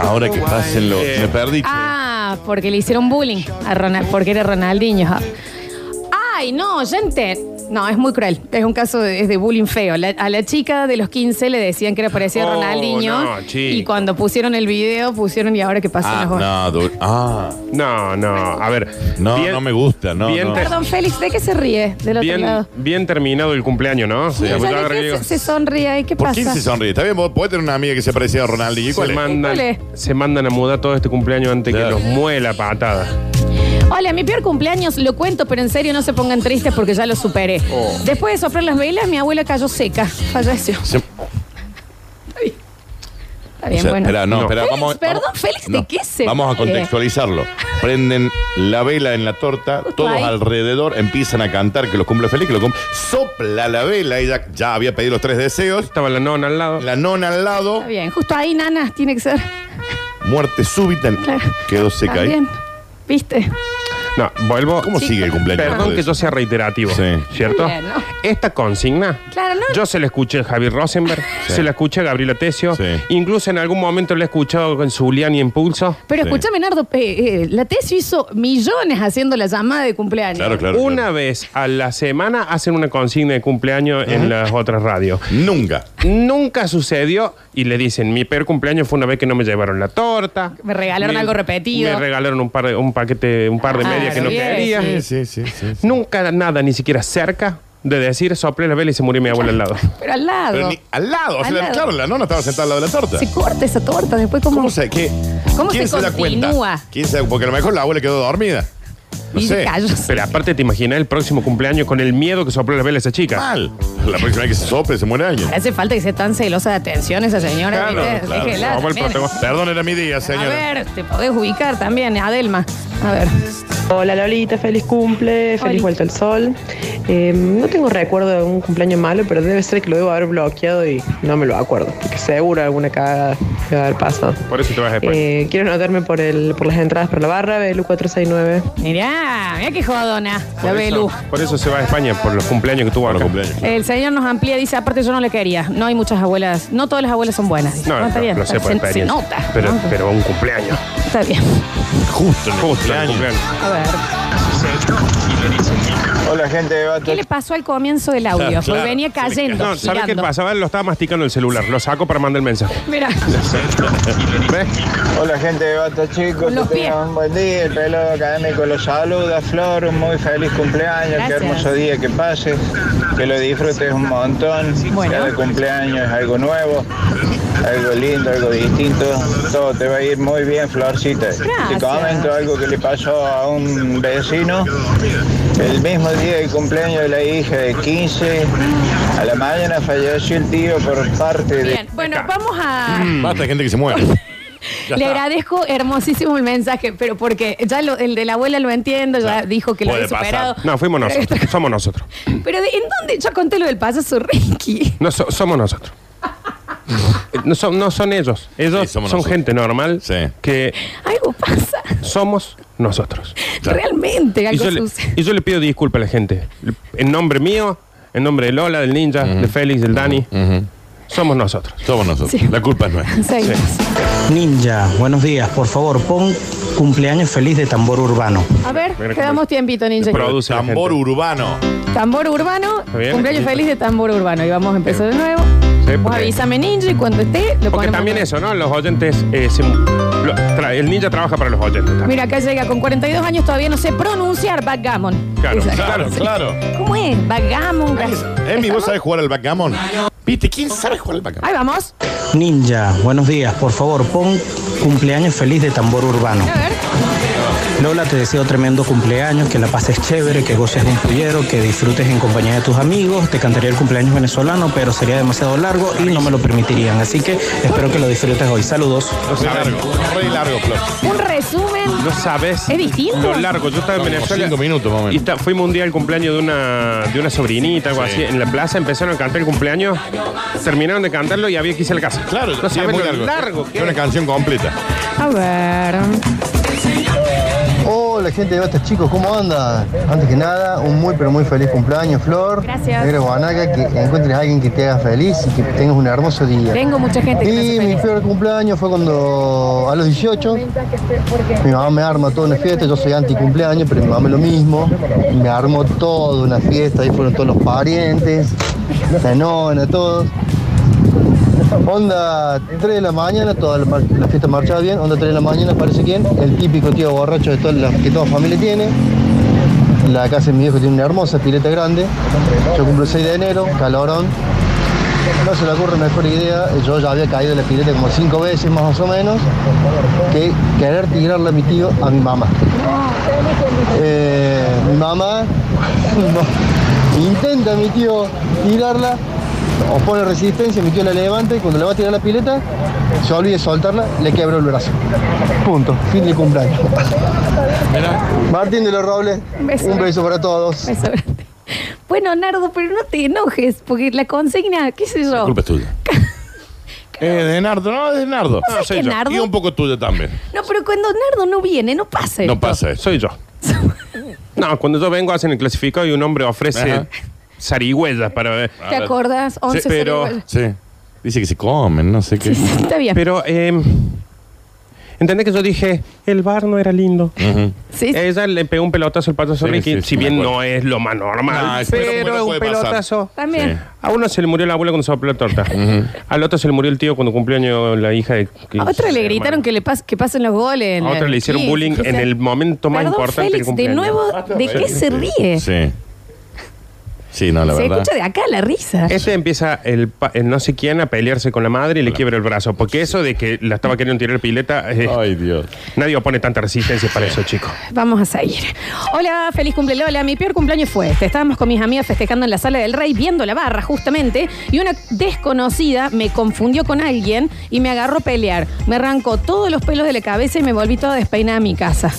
[SPEAKER 2] Ahora que pasen los.
[SPEAKER 3] Eh.
[SPEAKER 2] Me perdí. che.
[SPEAKER 1] Ah, porque le hicieron bullying a Ronald, porque era Ronaldinho. Ah. Ay, no, gente. No, es muy cruel. Es un caso de, es de bullying feo. La- a la chica de los 15 le decían que era parecida a
[SPEAKER 3] Oh,
[SPEAKER 1] Ronaldinho.
[SPEAKER 3] no, chico.
[SPEAKER 1] y cuando pusieron el video, pusieron y ahora que pasan
[SPEAKER 2] Ah,
[SPEAKER 1] los goles.
[SPEAKER 2] no, du- ah,
[SPEAKER 3] No, no, a ver.
[SPEAKER 2] no,
[SPEAKER 3] bien-
[SPEAKER 2] no me gusta, no.
[SPEAKER 3] bien
[SPEAKER 2] no.
[SPEAKER 3] te-
[SPEAKER 1] Perdón, Félix, ¿de qué se ríe? Del otro
[SPEAKER 3] Bien,
[SPEAKER 1] lado.
[SPEAKER 3] bien terminado el cumpleaños, ¿no?
[SPEAKER 1] ¿Y
[SPEAKER 3] Ya,
[SPEAKER 1] ella
[SPEAKER 3] pues,
[SPEAKER 1] de
[SPEAKER 3] ahora
[SPEAKER 1] qué
[SPEAKER 3] digo,
[SPEAKER 1] se, se sonríe? ¿Qué
[SPEAKER 2] ¿Por
[SPEAKER 1] pasa?
[SPEAKER 2] qué se sonríe? Está bien, vos podés tener una amiga que se parecía a Ronaldinho. ¿Y cuál
[SPEAKER 3] se,
[SPEAKER 2] es?
[SPEAKER 3] mandan,
[SPEAKER 1] ¿Cuál es?
[SPEAKER 3] se mandan a mudar todo este cumpleaños antes que
[SPEAKER 2] Claro.
[SPEAKER 3] los muela patada.
[SPEAKER 1] Hola, mi peor cumpleaños, lo cuento, pero en serio no se pongan tristes porque ya lo superé.
[SPEAKER 3] Oh.
[SPEAKER 1] Después de soplar las velas, mi abuela cayó seca. Falleció.
[SPEAKER 2] Se-
[SPEAKER 1] Está bien,
[SPEAKER 2] O sea,
[SPEAKER 1] bueno.
[SPEAKER 2] Espera, no,
[SPEAKER 3] No.
[SPEAKER 2] espera,
[SPEAKER 1] Félix,
[SPEAKER 2] vamos.
[SPEAKER 1] perdón,
[SPEAKER 2] vamos-
[SPEAKER 1] Félix, ¿de qué se
[SPEAKER 2] Vamos a
[SPEAKER 1] ríe?
[SPEAKER 2] contextualizarlo. Prenden la vela en la torta, todos
[SPEAKER 1] ahí.
[SPEAKER 2] alrededor empiezan a cantar que los cumple feliz, que los cumple. Sopla la vela, ella ya había pedido los tres deseos.
[SPEAKER 3] Estaba la nona al lado.
[SPEAKER 2] La nona al lado,
[SPEAKER 1] Está bien, justo ahí, nana, tiene que ser.
[SPEAKER 2] muerte súbita,
[SPEAKER 1] Claro.
[SPEAKER 2] quedó seca ahí.
[SPEAKER 1] También. ¿Viste?
[SPEAKER 3] No, vuelvo.
[SPEAKER 2] ¿Cómo sigue el cumpleaños?
[SPEAKER 3] Perdón que yo sea reiterativo,
[SPEAKER 2] Sí.
[SPEAKER 3] ¿cierto?
[SPEAKER 1] Bien, ¿no?
[SPEAKER 3] Esta consigna,
[SPEAKER 1] Claro, no.
[SPEAKER 3] yo se la escuché a Javier Rosenberg,
[SPEAKER 2] Sí.
[SPEAKER 3] se la escuché a Gabriela Tesio,
[SPEAKER 2] Sí.
[SPEAKER 3] incluso en algún momento la he escuchado con Zulian y Impulso.
[SPEAKER 1] Pero
[SPEAKER 2] Sí.
[SPEAKER 1] escúchame, Nardo, eh, eh, la Tesio hizo millones haciendo la llamada de cumpleaños.
[SPEAKER 2] Claro, claro.
[SPEAKER 3] una
[SPEAKER 2] claro.
[SPEAKER 3] vez a la semana hacen una consigna de cumpleaños en las otras radios.
[SPEAKER 2] Nunca.
[SPEAKER 3] Nunca sucedió y le dicen, mi peor cumpleaños fue una vez que no me llevaron la torta.
[SPEAKER 1] Me regalaron
[SPEAKER 3] Me-
[SPEAKER 1] algo repetido.
[SPEAKER 3] Me regalaron un par de, un paquete, un par de
[SPEAKER 1] Claro,
[SPEAKER 3] medias que no
[SPEAKER 1] bien,
[SPEAKER 3] quería.
[SPEAKER 1] sí.
[SPEAKER 2] Sí, sí, sí.
[SPEAKER 3] Nunca nada, ni siquiera cerca de decir, soplé la vela y se murió mi abuela al lado.
[SPEAKER 1] Pero al lado.
[SPEAKER 2] Pero ni- al lado, o sea,
[SPEAKER 1] Al
[SPEAKER 2] la-
[SPEAKER 1] lado.
[SPEAKER 2] claro, la nona estaba sentada al lado de la torta.
[SPEAKER 1] Se corta esa torta, después como.
[SPEAKER 2] ¿Cómo se, qué?
[SPEAKER 1] ¿Cómo
[SPEAKER 2] ¿Quién
[SPEAKER 1] se
[SPEAKER 2] se, da cuenta?
[SPEAKER 1] continúa?
[SPEAKER 2] ¿Quién se, porque a lo mejor la abuela quedó dormida. No
[SPEAKER 1] y
[SPEAKER 2] sé.
[SPEAKER 1] callos.
[SPEAKER 3] Pero aparte te imaginas el próximo cumpleaños con el miedo que sopló la vela esa chica.
[SPEAKER 2] Mal. La próxima vez que se sople, se muere alguien.
[SPEAKER 1] Hace falta que sea tan celosa de atención esa señora.
[SPEAKER 3] Claro,
[SPEAKER 1] ¿viste?
[SPEAKER 2] claro.
[SPEAKER 1] Déjela
[SPEAKER 3] Como el
[SPEAKER 1] también.
[SPEAKER 3] protagonista.
[SPEAKER 2] Perdón, era mi día,
[SPEAKER 1] A
[SPEAKER 2] señora.
[SPEAKER 1] ver, te podés ubicar también, Adelma. A ver.
[SPEAKER 7] Hola Lolita, feliz cumple, feliz
[SPEAKER 1] Oli.
[SPEAKER 7] vuelta al sol. Eh, no tengo recuerdo de un cumpleaños malo, pero debe ser que lo debo haber bloqueado y no me lo acuerdo, porque seguro alguna cagada me va a haber pasado.
[SPEAKER 3] Por eso pues. te vas después.
[SPEAKER 7] Eh, quiero anotarme por, el, por las entradas para la barra, Belu 469.
[SPEAKER 1] Mirá, mirá qué jodona, la
[SPEAKER 3] Por
[SPEAKER 1] Belu.
[SPEAKER 3] eso- por eso se va a España, por los cumpleaños que tuvo
[SPEAKER 2] Por
[SPEAKER 3] acá.
[SPEAKER 2] los cumpleaños.
[SPEAKER 1] El señor nos amplía, dice, aparte yo no le quería. No hay muchas abuelas, no todas las abuelas son buenas. Dice,
[SPEAKER 3] No, no,
[SPEAKER 1] está bien,
[SPEAKER 3] lo sé por
[SPEAKER 1] se, se
[SPEAKER 3] experiencia.
[SPEAKER 1] nota.
[SPEAKER 3] Pero,
[SPEAKER 1] ¿no?
[SPEAKER 3] pero un cumpleaños.
[SPEAKER 1] Está bien.
[SPEAKER 2] Justo en el
[SPEAKER 3] Justo el
[SPEAKER 2] cumpleaños.
[SPEAKER 3] cumpleaños.
[SPEAKER 1] A ver,
[SPEAKER 6] Hola gente de Bato.
[SPEAKER 1] ¿qué le pasó al comienzo del audio?
[SPEAKER 2] Claro,
[SPEAKER 1] Porque venía
[SPEAKER 2] claro.
[SPEAKER 1] cayendo.
[SPEAKER 3] No, ¿sabes qué
[SPEAKER 1] girando.
[SPEAKER 3] pasaba? Lo estaba masticando el celular. Lo saco para mandar el mensaje.
[SPEAKER 1] Mira,
[SPEAKER 3] ¿Ves?
[SPEAKER 6] Hola gente de Bato chicos,
[SPEAKER 1] Con los
[SPEAKER 6] que tengan
[SPEAKER 1] pies.
[SPEAKER 6] un buen día, el pelo académico los saluda, Flor, un muy feliz cumpleaños,
[SPEAKER 1] Gracias.
[SPEAKER 6] qué hermoso día que pases, que lo disfrutes un montón,
[SPEAKER 1] Bueno.
[SPEAKER 6] cada cumpleaños es algo nuevo, algo lindo, algo distinto, todo te va a ir muy bien, Florcita. Te
[SPEAKER 1] Gracias.
[SPEAKER 6] comento algo que le pasó a un vecino, el mismo día del cumpleaños de la hija de 15, a la mañana falleció el tío por parte de...
[SPEAKER 1] bien. Bueno, vamos a...
[SPEAKER 2] Basta de gente que se muere. Ya
[SPEAKER 1] Le
[SPEAKER 2] está.
[SPEAKER 1] agradezco hermosísimo el mensaje, pero porque ya lo- el de la abuela lo entiendo, ya
[SPEAKER 2] No,
[SPEAKER 1] dijo que lo
[SPEAKER 2] puede
[SPEAKER 1] había superado.
[SPEAKER 3] No, fuimos nosotros. Somos nosotros.
[SPEAKER 1] Pero ¿de- ¿en dónde? Yo conté lo del payaso Ricky.
[SPEAKER 3] No, so- somos nosotros. Eh, No son, no son ellos. Ellos
[SPEAKER 2] Sí,
[SPEAKER 3] son
[SPEAKER 2] somos nosotros.
[SPEAKER 3] gente normal
[SPEAKER 2] Sí.
[SPEAKER 3] que
[SPEAKER 1] Algo pasa.
[SPEAKER 3] somos nosotros.
[SPEAKER 1] Realmente
[SPEAKER 3] Y
[SPEAKER 1] algo
[SPEAKER 3] yo, le,
[SPEAKER 1] sucede.
[SPEAKER 3] y yo le pido disculpas a la gente. En nombre mío, en nombre de Lola, del Ninja, de Félix, del Dani. Somos nosotros.
[SPEAKER 2] Somos nosotros.
[SPEAKER 1] Sí.
[SPEAKER 2] La culpa es nuestra.
[SPEAKER 1] Seguimos.
[SPEAKER 8] Ninja, buenos días. Por favor, pon cumpleaños feliz de tambor urbano.
[SPEAKER 1] A ver,
[SPEAKER 3] Mira cómo-
[SPEAKER 1] quedamos tiempito, ninja.
[SPEAKER 3] Pero- Produce la
[SPEAKER 2] Tambor
[SPEAKER 3] gente.
[SPEAKER 2] urbano.
[SPEAKER 1] Tambor urbano,
[SPEAKER 3] bien.
[SPEAKER 1] cumpleaños feliz de tambor urbano. Y vamos a empezar de nuevo.
[SPEAKER 3] Sí,
[SPEAKER 1] Vos
[SPEAKER 3] porque-
[SPEAKER 1] avísame, ninja, y cuando esté,
[SPEAKER 3] Porque
[SPEAKER 1] lo ponemos.
[SPEAKER 3] también eso, ¿no? Los oyentes. eh, se- lo- tra- el ninja trabaja para los oyentes. también.
[SPEAKER 1] Mira, acá llega con 42 años, todavía no sé pronunciar backgammon.
[SPEAKER 3] Claro,
[SPEAKER 1] Dice acá.
[SPEAKER 2] Claro,
[SPEAKER 1] Sí.
[SPEAKER 2] claro.
[SPEAKER 1] ¿Cómo es? Backgammon.
[SPEAKER 2] Emi, ¿vos sabés jugar al backgammon? ¿Viste? ¿Quién sabe jugar al backgammon?
[SPEAKER 1] Ahí vamos.
[SPEAKER 8] Ninja, buenos días. Por favor, pon cumpleaños feliz de tambor urbano.
[SPEAKER 1] A ver.
[SPEAKER 8] Lola, te deseo tremendo cumpleaños, que la pases chévere, que goces un pullero, que disfrutes en compañía de tus amigos. Te cantaría el cumpleaños venezolano, pero sería demasiado largo y no me lo permitirían. Así que espero que lo disfrutes hoy. Saludos.
[SPEAKER 2] Re largo. Re largo, Flor.
[SPEAKER 1] Un resumen.
[SPEAKER 3] No sabes.
[SPEAKER 1] ¿Es distinto?
[SPEAKER 3] Lo largo. Yo estaba en
[SPEAKER 2] No, como
[SPEAKER 3] Venezuela.
[SPEAKER 2] cinco minutos, más o menos.
[SPEAKER 3] Y está- fuimos un día al cumpleaños de una, de una sobrinita, algo
[SPEAKER 2] Sí.
[SPEAKER 3] así. En la plaza empezaron a cantar el cumpleaños. Terminaron de cantarlo y había que irse a la casa.
[SPEAKER 2] Claro,
[SPEAKER 3] no
[SPEAKER 2] sí, es
[SPEAKER 3] sabes
[SPEAKER 2] muy
[SPEAKER 3] lo
[SPEAKER 2] largo.
[SPEAKER 3] largo. que
[SPEAKER 2] Es una
[SPEAKER 3] es.
[SPEAKER 2] canción completa.
[SPEAKER 1] A ver.
[SPEAKER 6] Hola
[SPEAKER 9] la gente de Basta, chicos? ¿Cómo andan? Antes que nada, un muy pero muy feliz cumpleaños, Flor.
[SPEAKER 1] Gracias.
[SPEAKER 9] Negro Guanaca, que encuentres a alguien que te haga feliz y que tengas un hermoso día.
[SPEAKER 1] Tengo mucha gente que me hace
[SPEAKER 9] Y mi
[SPEAKER 1] feliz.
[SPEAKER 9] peor cumpleaños fue cuando a los 18 mi mamá me arma toda una fiesta, yo soy anti cumpleaños, pero mi mamá lo mismo, me armó toda una fiesta, ahí fueron todos los parientes, la nona, todos. Onda 3 de la mañana, toda la, mar- la fiesta marchaba bien, onda 3 de la mañana aparece quién, el típico tío borracho de todas las que toda familia tiene. La casa de mi viejo tiene una hermosa pileta grande. Yo cumplo el 6 de enero, calorón, no se le ocurre mejor idea, yo ya había caído en la pileta como cinco veces más o menos, que querer tirarle a mi tío a mi mamá. Eh, mi mamá no, intenta mi tío tirarla, opone resistencia, mi tío la levanta y cuando le va a tirar la pileta, se olvida de soltarla, le quebra el brazo. Punto, fin de cumpleaños. Martín de los Robles,
[SPEAKER 1] Un beso.
[SPEAKER 9] un beso para todos.
[SPEAKER 1] Me sobra- Bueno, Nardo, pero no te enojes, porque la consigna, qué sé
[SPEAKER 2] La
[SPEAKER 1] yo.
[SPEAKER 2] culpa es tuya. Eh, de Nardo, no, es de Nardo.
[SPEAKER 1] ¿Vos sabés
[SPEAKER 2] Soy
[SPEAKER 1] que
[SPEAKER 2] yo.
[SPEAKER 1] Nardo?
[SPEAKER 2] Y un poco tuya también.
[SPEAKER 1] No, pero cuando Nardo no viene, no pasa
[SPEAKER 2] No
[SPEAKER 1] esto.
[SPEAKER 2] pasa eso.
[SPEAKER 3] Soy yo. No, cuando yo vengo hacen el clasificado y un hombre ofrece
[SPEAKER 2] Ajá.
[SPEAKER 3] zarigüeyas para ver.
[SPEAKER 1] ¿Te acordás? 11
[SPEAKER 3] pero-
[SPEAKER 1] salió-
[SPEAKER 2] Sí. Dice que se comen, no sé qué.
[SPEAKER 1] Sí, sí, está bien.
[SPEAKER 3] Pero, eh, entendé que yo dije, el bar no era lindo.
[SPEAKER 2] Ujú.
[SPEAKER 1] Sí, sí.
[SPEAKER 3] Ella le pegó un pelotazo al pato sobre
[SPEAKER 2] sí, sí,
[SPEAKER 3] si
[SPEAKER 2] me
[SPEAKER 3] bien
[SPEAKER 2] acuerdo.
[SPEAKER 3] no es lo más
[SPEAKER 2] No,
[SPEAKER 3] normal,
[SPEAKER 2] Ah, es- pero
[SPEAKER 3] pero
[SPEAKER 2] bueno,
[SPEAKER 3] es un
[SPEAKER 2] puede pasar.
[SPEAKER 3] pelotazo.
[SPEAKER 1] también.
[SPEAKER 2] Sí.
[SPEAKER 3] A uno se le murió la abuela cuando sopló la torta. Al otro se le murió el tío cuando cumplió año la hija de.
[SPEAKER 1] A otra le gritaron que, le pas- que pasen los goles. en
[SPEAKER 3] A otra
[SPEAKER 1] el
[SPEAKER 3] le hicieron
[SPEAKER 1] 15,
[SPEAKER 3] bullying
[SPEAKER 1] o sea,
[SPEAKER 3] en el momento más
[SPEAKER 1] Perdón,
[SPEAKER 3] importante del
[SPEAKER 1] Félix, de
[SPEAKER 3] cumpleaños.
[SPEAKER 1] nuevo, ¿de qué se ríe?
[SPEAKER 2] Sí. Sí, no, la
[SPEAKER 1] se
[SPEAKER 2] verdad.
[SPEAKER 1] escucha de acá la risa.
[SPEAKER 3] Este empieza el, pa- el no sé quién a pelearse con la madre y le quiebra el brazo. Porque eso de que la estaba queriendo tirar pileta, eh,
[SPEAKER 2] Ay, Dios.
[SPEAKER 3] nadie opone tanta resistencia para eso, chicos.
[SPEAKER 1] Vamos a seguir. Hola, feliz cumple Lola. Mi peor cumpleaños fue este. Estábamos con mis amigas festejando en la sala del rey, viendo la barra justamente, y una desconocida me confundió con alguien y me agarró a pelear. Me arrancó todos los pelos de la cabeza y me volví toda despeinada a mi casa.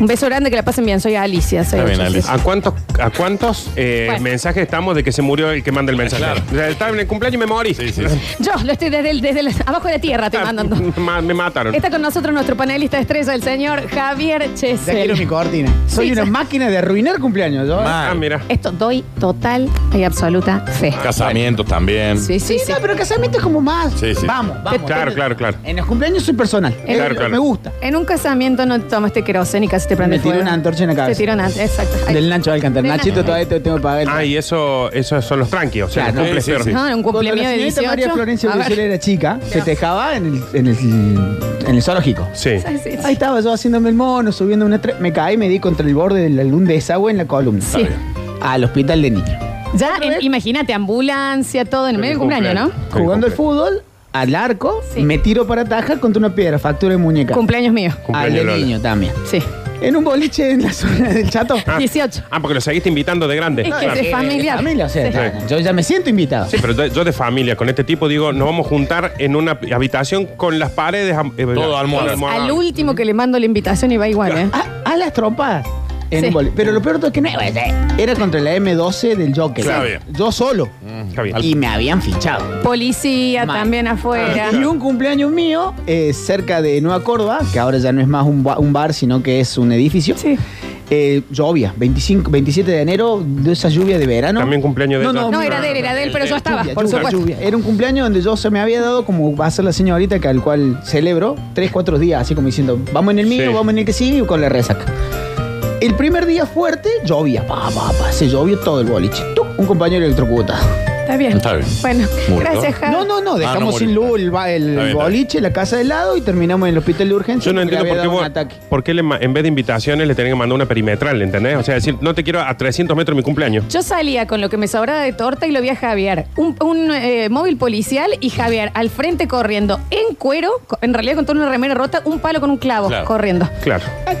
[SPEAKER 1] Un beso grande, que la pasen bien. Soy Alicia. soy
[SPEAKER 2] Está bien,
[SPEAKER 1] Alicia.
[SPEAKER 2] Alicia.
[SPEAKER 3] ¿A cuántos, a cuántos eh,
[SPEAKER 1] Bueno.
[SPEAKER 3] mensajes estamos de que se murió el que manda el mensaje?
[SPEAKER 2] Claro.
[SPEAKER 3] O sea, Estaba en el cumpleaños y me morí.
[SPEAKER 2] Sí, sí, sí.
[SPEAKER 1] Yo lo estoy desde, el- desde el- abajo de la tierra,
[SPEAKER 3] Ah,
[SPEAKER 1] te mandando.
[SPEAKER 3] Ma- Me mataron.
[SPEAKER 1] Está con nosotros nuestro panelista estrella, el señor Javier
[SPEAKER 10] Ya quiero mi
[SPEAKER 1] Chesel.
[SPEAKER 10] cortina. Soy
[SPEAKER 1] Sí,
[SPEAKER 10] una
[SPEAKER 1] sí.
[SPEAKER 10] máquina de arruinar cumpleaños. ¿no?
[SPEAKER 3] Ah, mira.
[SPEAKER 1] Esto doy total y absoluta fe.
[SPEAKER 2] Casamientos también.
[SPEAKER 1] Sí, sí,
[SPEAKER 10] Sí,
[SPEAKER 1] sí.
[SPEAKER 10] no, pero casamiento es como más.
[SPEAKER 2] Sí, sí.
[SPEAKER 10] Vamos, vamos.
[SPEAKER 3] Claro, claro, claro.
[SPEAKER 10] En los cumpleaños soy personal. Es
[SPEAKER 3] Claro,
[SPEAKER 1] eh,
[SPEAKER 10] lo que
[SPEAKER 3] claro.
[SPEAKER 10] Me gusta.
[SPEAKER 1] En un casamiento no tomaste querosene y casi te prende
[SPEAKER 10] Me tiró
[SPEAKER 1] fuego.
[SPEAKER 10] una antorcha en la
[SPEAKER 1] Te
[SPEAKER 10] cabeza.
[SPEAKER 1] tiró una exacto. Ay.
[SPEAKER 10] Del Nacho Alcántara.
[SPEAKER 1] Del
[SPEAKER 10] Nachito
[SPEAKER 1] Nacho.
[SPEAKER 10] todavía te tengo que pagar. el-
[SPEAKER 3] Ah, y eso, esos son los tranquios. O sea,
[SPEAKER 10] Claro.
[SPEAKER 3] los cumples
[SPEAKER 2] Sí, sí,
[SPEAKER 3] peor.
[SPEAKER 2] sí.
[SPEAKER 1] No, era un
[SPEAKER 10] Cuando la
[SPEAKER 1] cumpleaños de
[SPEAKER 10] señorita
[SPEAKER 1] 18.
[SPEAKER 10] María Florencia
[SPEAKER 1] A ver.
[SPEAKER 10] Brizuela era chica, festejaba en el, en, el, en el zoológico.
[SPEAKER 3] Sí.
[SPEAKER 1] Sí, sí, sí.
[SPEAKER 10] Ahí estaba yo haciéndome el mono, subiendo una... tre- Me caí y me di contra el borde del algún desagüe en la columna.
[SPEAKER 1] Sí.
[SPEAKER 10] Al hospital de niños.
[SPEAKER 1] Ya, en- imagínate, ambulancia, todo en el medio del cumpleaños, ¿no?
[SPEAKER 10] Jugando al fútbol, al arco,
[SPEAKER 1] Sí.
[SPEAKER 10] me tiro para atajar contra una piedra, factura de muñeca.
[SPEAKER 1] Cumpleaños mío.
[SPEAKER 10] al
[SPEAKER 3] Cumpleaños
[SPEAKER 10] de
[SPEAKER 3] Lola.
[SPEAKER 10] niño también.
[SPEAKER 1] Sí.
[SPEAKER 10] En un boliche en la zona del Chato.
[SPEAKER 3] Ah,
[SPEAKER 1] 18.
[SPEAKER 3] Ah, porque lo seguiste invitando de grande.
[SPEAKER 1] Es que
[SPEAKER 3] Claro.
[SPEAKER 1] se- familiar.
[SPEAKER 10] Familia, o sea,
[SPEAKER 1] Sí.
[SPEAKER 10] nada, yo ya me siento invitado.
[SPEAKER 3] Sí, pero yo, yo de familia, con este tipo digo, nos vamos a juntar en una habitación con las paredes. am- eh,
[SPEAKER 2] Todo almohadón.
[SPEAKER 1] Es
[SPEAKER 3] almohadón.
[SPEAKER 1] al último que le mando la invitación y va igual, ¿eh?
[SPEAKER 10] A, a las trompadas. En
[SPEAKER 1] Sí.
[SPEAKER 10] un boliche. Pero lo peor de todo es que no era contra la M12 del Joker.
[SPEAKER 2] Claro, bien.
[SPEAKER 10] Yo solo.
[SPEAKER 3] Está bien.
[SPEAKER 10] Y me habían fichado.
[SPEAKER 1] Policía
[SPEAKER 10] Mal.
[SPEAKER 1] también afuera.
[SPEAKER 10] Y un cumpleaños mío eh, cerca de Nueva Córdoba, que ahora ya no es más un, ba- un bar, sino que es un edificio.
[SPEAKER 1] Sí.
[SPEAKER 10] Eh, llovia, 25, 27 de enero, de esa lluvia de verano.
[SPEAKER 3] También cumpleaños de
[SPEAKER 10] No,
[SPEAKER 3] Doc.
[SPEAKER 10] no,
[SPEAKER 1] No, era de él, era de él, pero yo estaba,
[SPEAKER 10] Lluvia,
[SPEAKER 1] por
[SPEAKER 10] lluvia,
[SPEAKER 1] supuesto.
[SPEAKER 10] lluvia. Era un cumpleaños donde yo se me había dado, como va a ser la señorita, que al cual celebro, tres, cuatro días, así como diciendo, vamos en el mío,
[SPEAKER 3] Sí.
[SPEAKER 10] vamos en el que sigue, y con la resaca. El primer día fuerte, llovía, pa, pa, pa, se llovió todo el boliche. Tuc, Un compañero electrocutado.
[SPEAKER 1] Está bien.
[SPEAKER 2] Está bien.
[SPEAKER 1] Bueno,
[SPEAKER 2] Murió.
[SPEAKER 1] gracias, Javi.
[SPEAKER 10] No, no, no,
[SPEAKER 2] Ah, no
[SPEAKER 10] dejamos
[SPEAKER 2] murió.
[SPEAKER 10] sin luz el, ba- el
[SPEAKER 2] Está bien, está
[SPEAKER 10] boliche, la casa de lado y terminamos en el hospital de urgencia.
[SPEAKER 3] Yo no
[SPEAKER 10] porque
[SPEAKER 3] entiendo
[SPEAKER 10] le
[SPEAKER 3] por qué,
[SPEAKER 10] había dado
[SPEAKER 3] vos-
[SPEAKER 10] un ataque.
[SPEAKER 3] por qué le ma- en vez de invitaciones le tienen que mandar una perimetral, ¿entendés? O sea, decir, no te quiero a 300 metros de mi cumpleaños.
[SPEAKER 1] Yo salía con lo que me sobraba de torta y lo vi a Javier. Un, un, eh, móvil policial y Javier al frente corriendo en cuero, co- en realidad con toda una remera rota, un palo con un clavo
[SPEAKER 2] Claro.
[SPEAKER 1] corriendo.
[SPEAKER 3] Claro.
[SPEAKER 10] Eh,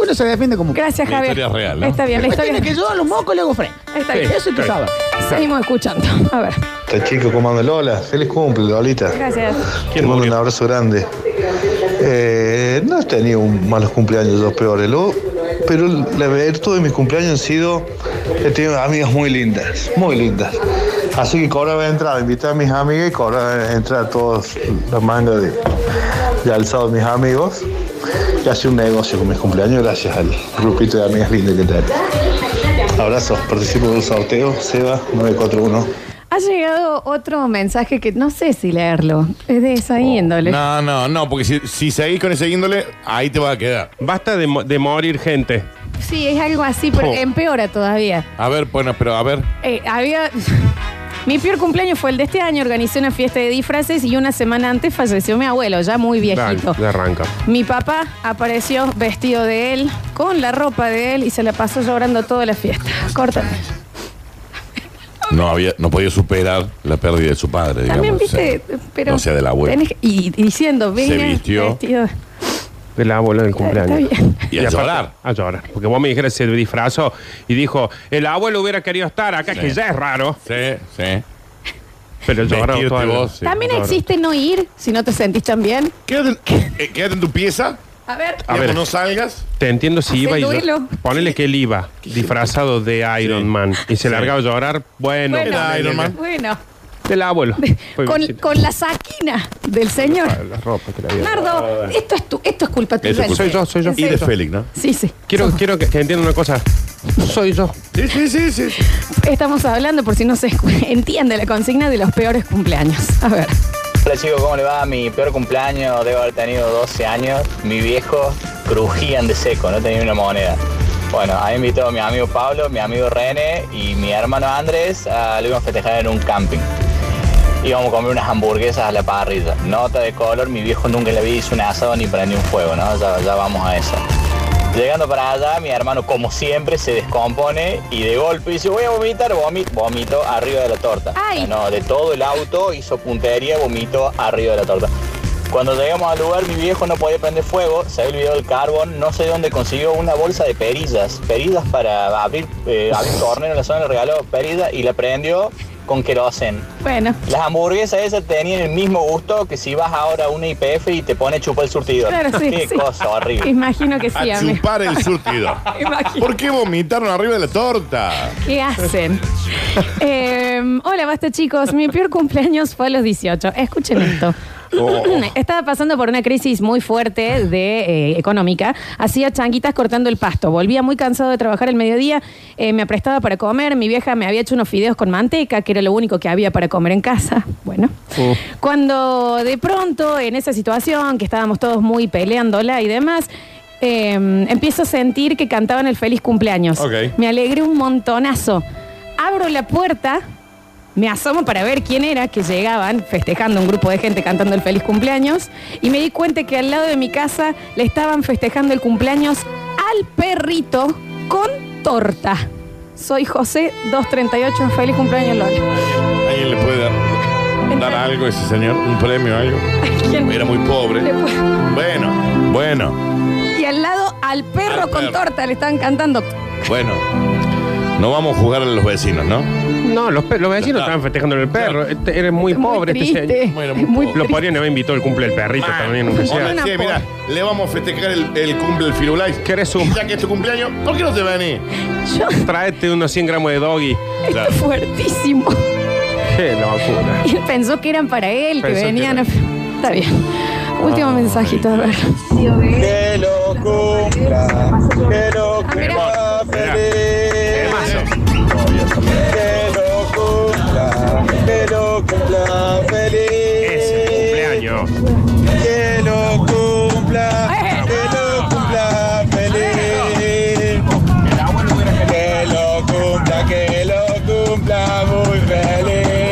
[SPEAKER 10] Uno se defiende como.
[SPEAKER 1] Gracias,
[SPEAKER 2] La
[SPEAKER 1] Javier.
[SPEAKER 2] historia es real, ¿no?
[SPEAKER 1] Está bien, la historia.
[SPEAKER 10] Imagina que yo a los mocos le hago frente.
[SPEAKER 1] Está
[SPEAKER 3] Sí.
[SPEAKER 1] bien.
[SPEAKER 10] Eso es que
[SPEAKER 3] Está bien.
[SPEAKER 10] sabe.
[SPEAKER 1] Seguimos escuchando. A ver.
[SPEAKER 9] Está Este chico, ¿cómo anda Lola? Feliz cumple, Lolita.
[SPEAKER 1] Gracias.
[SPEAKER 9] Te mando un abrazo grande. Eh, no he tenido un- malos cumpleaños, los peores, lo- pero la virtud de mis cumpleaños han sido, he tenido amigas muy lindas, muy lindas. Así que cobraba entrada, invité a mis amigas y cobraba entrada a todos los mangos de, de alzado de mis amigos.
[SPEAKER 11] Yo hacía un negocio con mis cumpleaños gracias al grupito de amigas lindas que tengo. Abrazos, participo del sorteo, Seba 941.
[SPEAKER 1] Ha llegado otro mensaje que no sé si leerlo. Es de
[SPEAKER 2] Oh,
[SPEAKER 1] esa índole.
[SPEAKER 2] No, no, no, porque si, si seguís con ese índole, ahí te vas a quedar.
[SPEAKER 3] Basta de, mo- de morir gente.
[SPEAKER 1] Sí, es algo así, pero
[SPEAKER 3] Oh.
[SPEAKER 1] empeora todavía.
[SPEAKER 2] A ver, bueno, pero a ver.
[SPEAKER 1] Eh, había. Mi peor cumpleaños fue el de este año. Organicé una fiesta de disfraces y una semana antes falleció mi abuelo, ya muy
[SPEAKER 3] Dale,
[SPEAKER 1] viejito.
[SPEAKER 3] le arranca.
[SPEAKER 1] Mi papá apareció vestido de él, con la ropa de él y se la pasó llorando toda la fiesta. Corta.
[SPEAKER 2] No había, no podía superar la pérdida de su padre, digamos.
[SPEAKER 1] También
[SPEAKER 2] O sea,
[SPEAKER 1] viste, pero.
[SPEAKER 2] no sea del abuelo.
[SPEAKER 1] tenés que- y, y diciendo, vine
[SPEAKER 2] vistió.
[SPEAKER 1] vestido.
[SPEAKER 3] El abuelo del cumpleaños.
[SPEAKER 1] Está bien.
[SPEAKER 2] Y a
[SPEAKER 3] aparte-
[SPEAKER 2] llorar.
[SPEAKER 3] A llorar. Porque vos me dijeras, se disfrazó y dijo, el abuelo hubiera querido estar acá, que ya es raro.
[SPEAKER 2] Sí, sí.
[SPEAKER 3] Pero lloró
[SPEAKER 2] Vestirte
[SPEAKER 3] toda la-
[SPEAKER 2] vos, sí.
[SPEAKER 1] También
[SPEAKER 3] claro.
[SPEAKER 1] existe no ir si no te sentís tan bien.
[SPEAKER 2] Quédate, eh, quédate en tu pieza,
[SPEAKER 1] A ver,
[SPEAKER 3] A
[SPEAKER 2] digamos,
[SPEAKER 3] ver.
[SPEAKER 2] no salgas.
[SPEAKER 3] Te entiendo si iba y
[SPEAKER 1] Hacer
[SPEAKER 3] yo-
[SPEAKER 1] duelo.
[SPEAKER 3] Ponele que él iba, disfrazado de Iron
[SPEAKER 2] Sí.
[SPEAKER 3] Man, y
[SPEAKER 2] Sí.
[SPEAKER 3] se largaba a llorar. Bueno,
[SPEAKER 1] Bueno.
[SPEAKER 3] ponele
[SPEAKER 2] Iron
[SPEAKER 3] que-
[SPEAKER 2] Man.
[SPEAKER 1] bueno,
[SPEAKER 3] Del abuelo. Fue
[SPEAKER 1] con,
[SPEAKER 3] visita.
[SPEAKER 1] con la saquina del señor.
[SPEAKER 2] Ah,
[SPEAKER 3] La ropa que le había dado.
[SPEAKER 1] Nardo, esto es, tu, esto es culpa tuya.
[SPEAKER 2] Esto es
[SPEAKER 1] en
[SPEAKER 2] culpa-
[SPEAKER 3] Soy yo,
[SPEAKER 1] serio.
[SPEAKER 3] soy yo.
[SPEAKER 1] En
[SPEAKER 2] Y de
[SPEAKER 1] serio.
[SPEAKER 2] Félix, ¿no?
[SPEAKER 1] Sí, sí.
[SPEAKER 3] Quiero, quiero que, que entiendan una cosa. Soy yo.
[SPEAKER 2] Sí, sí, sí, sí. sí.
[SPEAKER 1] Estamos hablando, por si no se escu- entiende la consigna, de los peores cumpleaños. A ver.
[SPEAKER 12] Hola chicos, ¿cómo le va? Mi peor cumpleaños, debo haber tenido 12 años. Mi viejo crujían de seco, no tenía una moneda. Bueno, ahí invitó a mi amigo Pablo, mi amigo René y mi hermano Andrés a lo íbamos a festejar en un camping. Íbamos a comer unas hamburguesas a la parrilla. Nota de color, mi viejo nunca le había hecho un asado ni prendió un fuego, ¿no? Ya, ya vamos a eso. Llegando para allá, mi hermano, como siempre, se descompone y de golpe dice, voy a vomitar, vomito, vomito arriba de la torta.
[SPEAKER 1] Ay.
[SPEAKER 12] O sea, no, de todo el auto hizo puntería, vomitó arriba de la torta. Cuando llegamos al lugar, mi viejo no podía prender fuego, se había olvidado el carbón, no sé dónde consiguió una bolsa de perillas, perillas para abrir, eh, abrir torneo en la zona, le regaló perillas y la prendió con querosén.
[SPEAKER 1] Bueno,
[SPEAKER 12] Las hamburguesas esas tenían el mismo gusto que si vas ahora a una IPF y te pone chupa el surtidor.
[SPEAKER 1] Claro, sí,
[SPEAKER 12] Qué
[SPEAKER 1] sí.
[SPEAKER 12] cosa horrible.
[SPEAKER 1] imagino que sí,
[SPEAKER 2] A
[SPEAKER 1] amigo.
[SPEAKER 2] chupar el surtidor.
[SPEAKER 1] Imagino.
[SPEAKER 2] ¿Por qué vomitaron arriba de la torta?
[SPEAKER 1] ¿Qué hacen? Eh, hola, basta chicos. Mi peor cumpleaños fue a los 18. Escuchen esto. Estaba pasando por una crisis muy fuerte de eh, económica. Hacía changuitas cortando el pasto. Volvía muy cansado de trabajar el mediodía. Eh, me aprestaba para comer. Mi vieja me había hecho unos fideos con manteca, que era lo único que había para comer en casa. Bueno. Cuando de pronto, en esa situación, que estábamos todos muy peleándola y demás, eh, empiezo a sentir que cantaban el feliz cumpleaños.
[SPEAKER 2] Ok.
[SPEAKER 1] Me alegré un montonazo. Abro la puerta, me asomo para ver quién era que llegaban festejando un grupo de gente cantando el feliz cumpleaños y me di cuenta que al lado de mi casa le estaban festejando el cumpleaños al perrito con torta. Soy José 238, feliz cumpleaños Lola.
[SPEAKER 2] ¿Alguien le puede dar, dar algo a ese señor? ¿Un premio o algo?
[SPEAKER 1] ¿Quién?
[SPEAKER 2] Era muy pobre.
[SPEAKER 1] Le puede-
[SPEAKER 2] Bueno, bueno,
[SPEAKER 1] Y al lado al perro
[SPEAKER 2] Al
[SPEAKER 1] con
[SPEAKER 2] perro.
[SPEAKER 1] torta le estaban cantando.
[SPEAKER 2] bueno. No vamos a jugar a los vecinos, ¿no?
[SPEAKER 3] No, los, pe- los
[SPEAKER 2] Claro.
[SPEAKER 3] vecinos estaban festejando en el perro. Este, eres muy pobre
[SPEAKER 1] muy
[SPEAKER 3] este
[SPEAKER 1] triste.
[SPEAKER 3] señor.
[SPEAKER 2] Bueno,
[SPEAKER 1] Es muy
[SPEAKER 2] pobre.
[SPEAKER 3] Lo podrían haber invitado el cumple del perrito
[SPEAKER 2] Man,
[SPEAKER 3] también, aunque
[SPEAKER 1] Bueno,
[SPEAKER 3] sea.
[SPEAKER 1] una
[SPEAKER 2] Sí, mira, le vamos a festejar el, el cumple del Firulais.
[SPEAKER 3] ¿Querés
[SPEAKER 2] Y
[SPEAKER 3] un?
[SPEAKER 2] Ya que es tu cumpleaños, ¿por qué no te venís?
[SPEAKER 1] Yo,
[SPEAKER 3] Traete unos 100 gramos de doggy.
[SPEAKER 2] Claro.
[SPEAKER 1] esto es fuertísimo.
[SPEAKER 3] Qué la vacuna.
[SPEAKER 1] Y él pensó que eran para él,
[SPEAKER 3] Pensó
[SPEAKER 1] que
[SPEAKER 3] que
[SPEAKER 1] venían. a-
[SPEAKER 3] era. Ah.
[SPEAKER 1] Está bien. Último mensajito, a ver.
[SPEAKER 6] Que lo cumpla, que lo cumpla feliz, que lo cumpla, que lo cumpla
[SPEAKER 3] Ese
[SPEAKER 6] feliz,
[SPEAKER 3] cumpleaños.
[SPEAKER 6] que lo cumpla, que lo cumpla feliz, que lo cumpla, que lo cumpla muy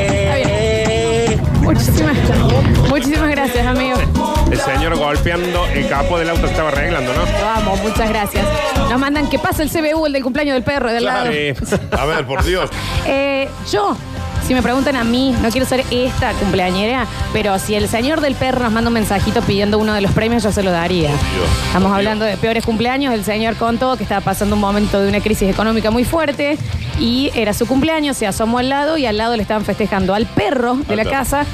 [SPEAKER 6] feliz.
[SPEAKER 1] Muchísimas, muchísimas gracias, amigo.
[SPEAKER 3] El señor golpeando el capo del auto que estaba arreglando, ¿no?
[SPEAKER 1] Vamos, muchas gracias. Nos mandan que pasa el CBU, el del cumpleaños del perro, del lado.
[SPEAKER 3] Eh,
[SPEAKER 2] A ver, por Dios.
[SPEAKER 1] Eh, yo, si me preguntan a mí, no quiero ser esta cumpleañera, pero si el señor del perro nos manda un mensajito pidiendo uno de los premios, yo se lo daría. Estamos hablando de peores cumpleaños. El señor contó que estaba pasando un momento de una crisis económica muy fuerte y era su cumpleaños, se asomó al lado y al lado le estaban festejando al perro de la
[SPEAKER 2] Al perro.
[SPEAKER 1] casa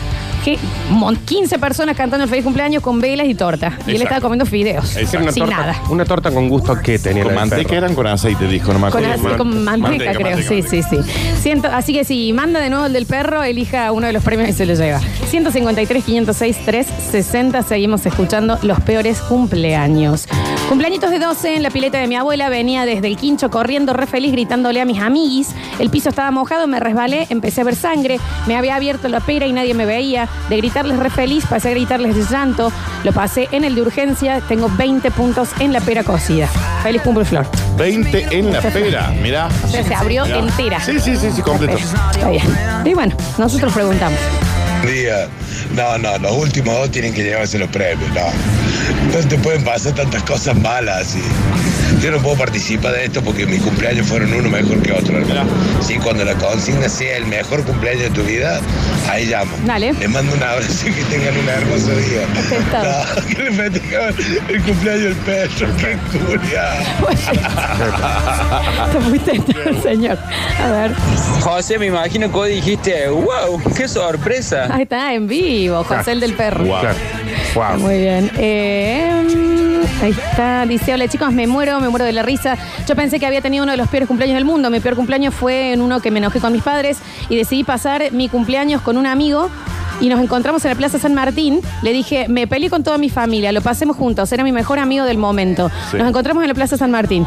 [SPEAKER 1] que mon- 15 personas cantando el feliz cumpleaños con velas y torta. Y él
[SPEAKER 3] Exacto.
[SPEAKER 1] estaba comiendo fideos.
[SPEAKER 3] Era una
[SPEAKER 1] Sin
[SPEAKER 3] torta,
[SPEAKER 1] nada.
[SPEAKER 3] una torta con gusto a qué tenía
[SPEAKER 2] ¿Con manteca eran con aceite, dijo? No me
[SPEAKER 1] Con,
[SPEAKER 2] acuerdo.
[SPEAKER 1] así, con manteca, creo. sí, sí, sí. Ciento- así que si manda de nuevo el del perro, elija uno de los premios y se lo lleva. 153, 506, 360. Seguimos escuchando los peores cumpleaños. Cumpleañitos de 12 en la pileta de mi abuela. Venía desde el quincho corriendo re feliz, gritándole a mis amiguis. El piso estaba mojado, me resbalé, empecé a ver sangre. Me había abierto la pera y nadie me veía. De gritarles re feliz, pasé a gritarles de llanto. Lo pasé en el de urgencia. Tengo 20 puntos en la pera cocida. Feliz cumple, Flor.
[SPEAKER 2] 20 en la pera, mirá.
[SPEAKER 1] O sea, se abrió
[SPEAKER 2] Mirá.
[SPEAKER 1] entera.
[SPEAKER 2] Sí, sí, sí, sí, completo.
[SPEAKER 1] Está bien. Y bueno, nosotros preguntamos.
[SPEAKER 13] día. No, no, los últimos dos tienen que llevarse los premios, no. No te pueden pasar tantas cosas malas así. Yo no puedo participar de esto porque mis cumpleaños fueron uno mejor que otro, hermano. Sí, cuando la consigna sea el mejor cumpleaños de tu vida, ahí llamo.
[SPEAKER 1] Dale.
[SPEAKER 13] Les mando un abrazo y que tengan un hermoso día. No, que le festejaban el cumpleaños del perro, qué curia.
[SPEAKER 1] Está muy tentado, señor. A ver.
[SPEAKER 14] José, me imagino que vos dijiste, wow, qué sorpresa.
[SPEAKER 1] Ahí está, en vivo, José el del Perro. Muy bien. Eh, ahí está. Dice, hola chicos, me muero, me muero de la risa. Yo pensé que había tenido uno de los peores cumpleaños del mundo. Mi peor cumpleaños fue en uno que me enojé con mis padres y decidí pasar mi cumpleaños con un amigo. Y nos encontramos en la Plaza San Martín. Le dije, me peleé con toda mi familia, lo pasemos juntos. Era mi mejor amigo del momento.
[SPEAKER 2] Sí.
[SPEAKER 1] Nos encontramos en la Plaza San Martín.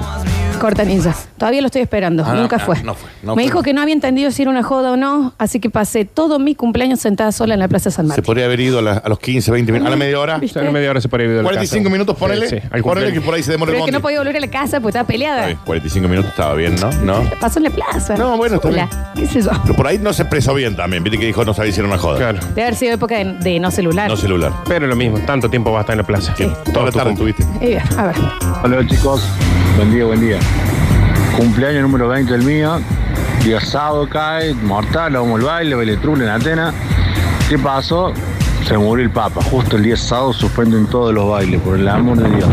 [SPEAKER 1] Cortanilla. Todavía lo estoy esperando.
[SPEAKER 2] Ah, no,
[SPEAKER 1] Nunca
[SPEAKER 2] ah,
[SPEAKER 1] fue.
[SPEAKER 2] no fue, no
[SPEAKER 1] me
[SPEAKER 2] fue,
[SPEAKER 1] dijo
[SPEAKER 2] no.
[SPEAKER 1] que no había entendido si era una joda o no, así que pasé todo mi cumpleaños sentada sola en la Plaza San
[SPEAKER 2] Se
[SPEAKER 1] Martín.
[SPEAKER 2] podría haber ido a, la- a los 15, 20 minutos. A la media hora.
[SPEAKER 1] ¿Viste? A la
[SPEAKER 3] media hora se podría haber ido a la
[SPEAKER 2] 45
[SPEAKER 3] casa.
[SPEAKER 2] minutos, ponele.
[SPEAKER 3] Sí, sí, al
[SPEAKER 2] ponele
[SPEAKER 3] cumpleaños.
[SPEAKER 2] que por ahí se demora
[SPEAKER 1] Pero
[SPEAKER 2] el
[SPEAKER 1] es que
[SPEAKER 2] bondi.
[SPEAKER 1] no podía volver a la casa porque estaba peleada.
[SPEAKER 2] Eh, 45 minutos estaba bien, ¿no? ¿No?
[SPEAKER 1] Pasó en la plaza. No,
[SPEAKER 2] bueno, está bien.
[SPEAKER 1] ¿Qué sé yo?
[SPEAKER 2] Pero por ahí no se expresó bien también. Viste que dijo no sabía hicieron una joda. Claro.
[SPEAKER 1] Debe haber sido época de, de no celular.
[SPEAKER 2] No celular.
[SPEAKER 3] Pero lo mismo, tanto tiempo va a estar en la plaza.
[SPEAKER 2] Toda la tarde tuviste.
[SPEAKER 1] Eh, bien, a ver.
[SPEAKER 15] Hola chicos, buen día, buen día. Cumpleaños número 20 el mío. Día sábado cae, mortal, vamos al baile, baile truble en Atenas. ¿Qué pasó? Se murió el Papa. Justo el día sábado suspenden todos los bailes, por el amor de Dios.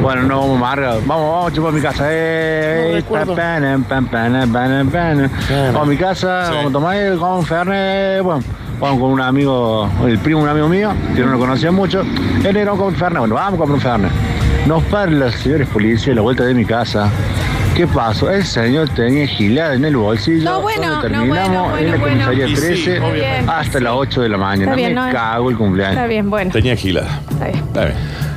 [SPEAKER 15] Bueno, no vamos amarga. Vamos, vamos, chupar a mi casa. Eh, eh, pa, pana, pan, pana, pana, pana. Vamos a mi casa, vamos a tomar el con Fernet. Bueno, vamos con un amigo, el primo, de un amigo mío, que no lo conocía mucho. Él era con Fernet. Bueno, vamos a comprar un Fernet. Nos paran los señores policías a la vuelta de mi casa. ¿Qué pasó? El señor tenía gilada en el bolsillo.
[SPEAKER 1] No, bueno,
[SPEAKER 15] Donde
[SPEAKER 1] no,
[SPEAKER 15] terminamos
[SPEAKER 1] bueno,
[SPEAKER 15] en la
[SPEAKER 1] bueno,
[SPEAKER 15] comisaría
[SPEAKER 1] bueno. Y sí,
[SPEAKER 15] 13
[SPEAKER 1] obviamente.
[SPEAKER 15] hasta las 8 de la mañana.
[SPEAKER 1] Está bien,
[SPEAKER 15] me
[SPEAKER 1] no,
[SPEAKER 15] cago el
[SPEAKER 1] Está
[SPEAKER 2] Eh.
[SPEAKER 15] cumpleaños.
[SPEAKER 1] bien, bueno.
[SPEAKER 2] Tenía gilada.
[SPEAKER 1] Está bien.
[SPEAKER 2] Está bien.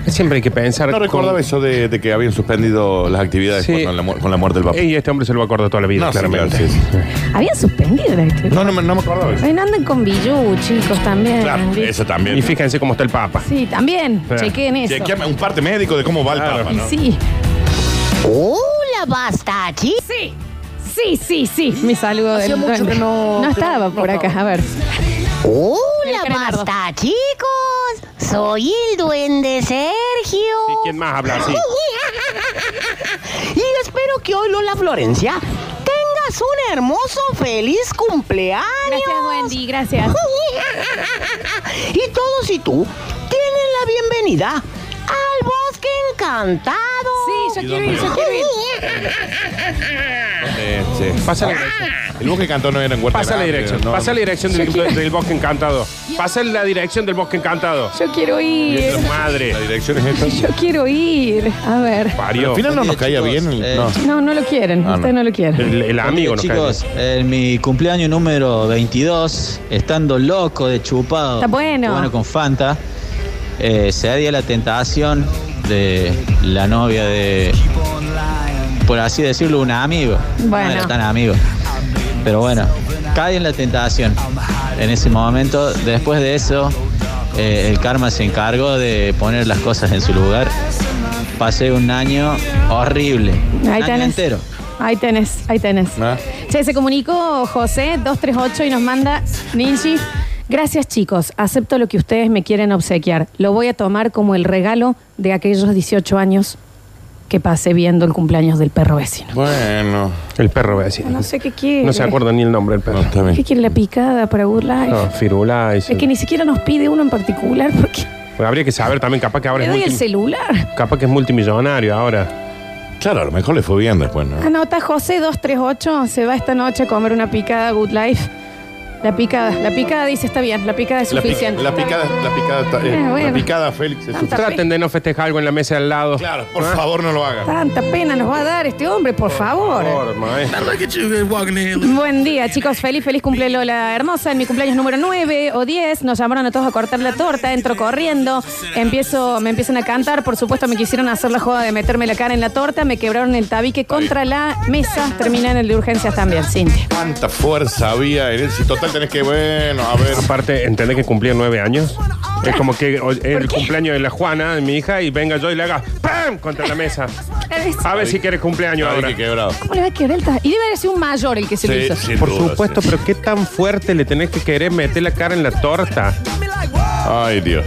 [SPEAKER 3] Siempre hay que pensar.
[SPEAKER 2] No recordaba eso de, de que habían suspendido las actividades
[SPEAKER 3] Sí.
[SPEAKER 2] con, la, mu- con la muerte del papá.
[SPEAKER 3] Y este hombre se lo va a acordar toda la vida,
[SPEAKER 2] No, sí,
[SPEAKER 3] claramente.
[SPEAKER 2] claro, sí,
[SPEAKER 1] Habían suspendido la actividad.
[SPEAKER 2] No, no, me- no me acordaba eso.
[SPEAKER 1] Ay, no anden con Billú, chicos, también.
[SPEAKER 2] Claro, eso también.
[SPEAKER 3] Y fíjense cómo está el Papa.
[SPEAKER 1] Sí, también. Chequen eso.
[SPEAKER 2] Chequeame un parte médico de cómo va el Papa,
[SPEAKER 1] Y
[SPEAKER 2] ¿no?
[SPEAKER 1] sí. ¡Hola, basta, Sí. Sí, sí, sí. Mi saludo del
[SPEAKER 16] mucho
[SPEAKER 1] duende.
[SPEAKER 16] que no- que
[SPEAKER 1] estaba por acá, a ver.
[SPEAKER 16] Hola, basta, chicos. Soy el duende Sergio.
[SPEAKER 3] ¿Y quién más habla así?
[SPEAKER 16] Y espero que hoy Lola Florencia tengas un hermoso feliz cumpleaños. Gracias,
[SPEAKER 1] Wendy, gracias.
[SPEAKER 16] y todos y tú tienen la bienvenida al bosque encantado.
[SPEAKER 1] Sí,
[SPEAKER 2] yo ¿Y quiero ir, dónde? yo quiero Eh, sí.
[SPEAKER 3] Pasa la
[SPEAKER 1] Ah.
[SPEAKER 2] El bosque cantó no era en Huerta
[SPEAKER 3] Pasa la
[SPEAKER 2] Grande,
[SPEAKER 3] dirección,
[SPEAKER 2] no,
[SPEAKER 3] pasa la dirección
[SPEAKER 2] Yo
[SPEAKER 3] del,
[SPEAKER 2] quiero-
[SPEAKER 3] del bosque encantado. Pasa la dirección del bosque encantado.
[SPEAKER 1] Yo quiero ir.
[SPEAKER 3] Dios, madre.
[SPEAKER 2] La dirección es esta.
[SPEAKER 1] Yo quiero ir. A ver.
[SPEAKER 3] Parió.
[SPEAKER 2] Al final no nos caía bien. el-
[SPEAKER 3] eh.
[SPEAKER 2] no.
[SPEAKER 1] No, no lo quieren.
[SPEAKER 17] Ah, no.
[SPEAKER 1] Ustedes no lo quieren.
[SPEAKER 17] Oye, Chicos, en mi cumpleaños número 22, estando loco de chupado.
[SPEAKER 1] Está bueno.
[SPEAKER 17] Bueno, con Fanta, eh, se haría la tentación de la novia de, por así decirlo, un amigo.
[SPEAKER 1] Bueno.
[SPEAKER 17] No era tan amigo. Pero bueno, cae en la tentación. En ese momento, después de eso, eh, el karma se encargó de poner las cosas en su lugar. Pasé un año horrible. Un
[SPEAKER 1] Ahí
[SPEAKER 17] año
[SPEAKER 1] tenés.
[SPEAKER 17] entero. Ah.
[SPEAKER 1] Ahí tenés, ahí tenés.
[SPEAKER 2] ¿Ah?
[SPEAKER 1] Che, se comunicó José 238 y nos manda Ninji. Gracias chicos, acepto lo que ustedes me quieren obsequiar. Lo voy a tomar como el regalo de aquellos 18 años que pasé viendo el cumpleaños del perro vecino.
[SPEAKER 2] Bueno.
[SPEAKER 3] El perro vecino.
[SPEAKER 1] No sé qué quiere.
[SPEAKER 3] No se acuerda ni el nombre del perro. No,
[SPEAKER 1] ¿Qué quiere la picada para burlar?
[SPEAKER 3] firula. y
[SPEAKER 1] Es que ni siquiera nos pide uno en particular porque
[SPEAKER 3] Bueno, habría que saber también, capaz que ahora
[SPEAKER 1] le
[SPEAKER 3] es,
[SPEAKER 1] doy el
[SPEAKER 3] multi-
[SPEAKER 1] celular.
[SPEAKER 3] capaz que es multimillonario ahora.
[SPEAKER 2] Claro, a lo mejor le fue bien después, ¿no?
[SPEAKER 1] Anota José 238, se va esta noche a comer una picada Good Life. La picada, la picada dice está bien, la picada es
[SPEAKER 2] La, pi-
[SPEAKER 1] suficiente.
[SPEAKER 2] la picada, la picada, está- eh,
[SPEAKER 1] Eh, bueno.
[SPEAKER 2] la picada, Félix. es
[SPEAKER 1] Tanta
[SPEAKER 2] suficiente.
[SPEAKER 3] Traten de no festejar algo en la mesa de al lado. Claro,
[SPEAKER 2] por favor, no lo hagan.
[SPEAKER 1] Tanta pena nos va a dar este hombre, por favor. Buen día, chicos. Feliz, feliz cumple Lola Hermosa. En mi cumpleaños número 9 o 10 nos llamaron a todos a cortar la torta. Entro corriendo, empiezo, me empiezan a cantar. Por supuesto, me quisieron hacer la joda de meterme la cara en la torta. Me quebraron el tabique contra la mesa. Terminé en el de urgencias también, Cintia.
[SPEAKER 2] Cuánta fuerza había en él. Si total tenés que, bueno, a ver.
[SPEAKER 3] Aparte, entender que cumplía nueve años. Es como que o- el cumpleaños de la Juana, de mi hija, y venga yo y le haga ¡pam! contra la mesa. A ver si quieres cumpleaños ahora.
[SPEAKER 1] ¿Cómo le va a quebrar el tabique? Y debe haber sido un mayor el que se lo hizo.
[SPEAKER 3] Por
[SPEAKER 2] eh.
[SPEAKER 3] supuesto, pero qué tan fuerte le tenés que querer meter la cara en la torta.
[SPEAKER 2] Ay, Dios.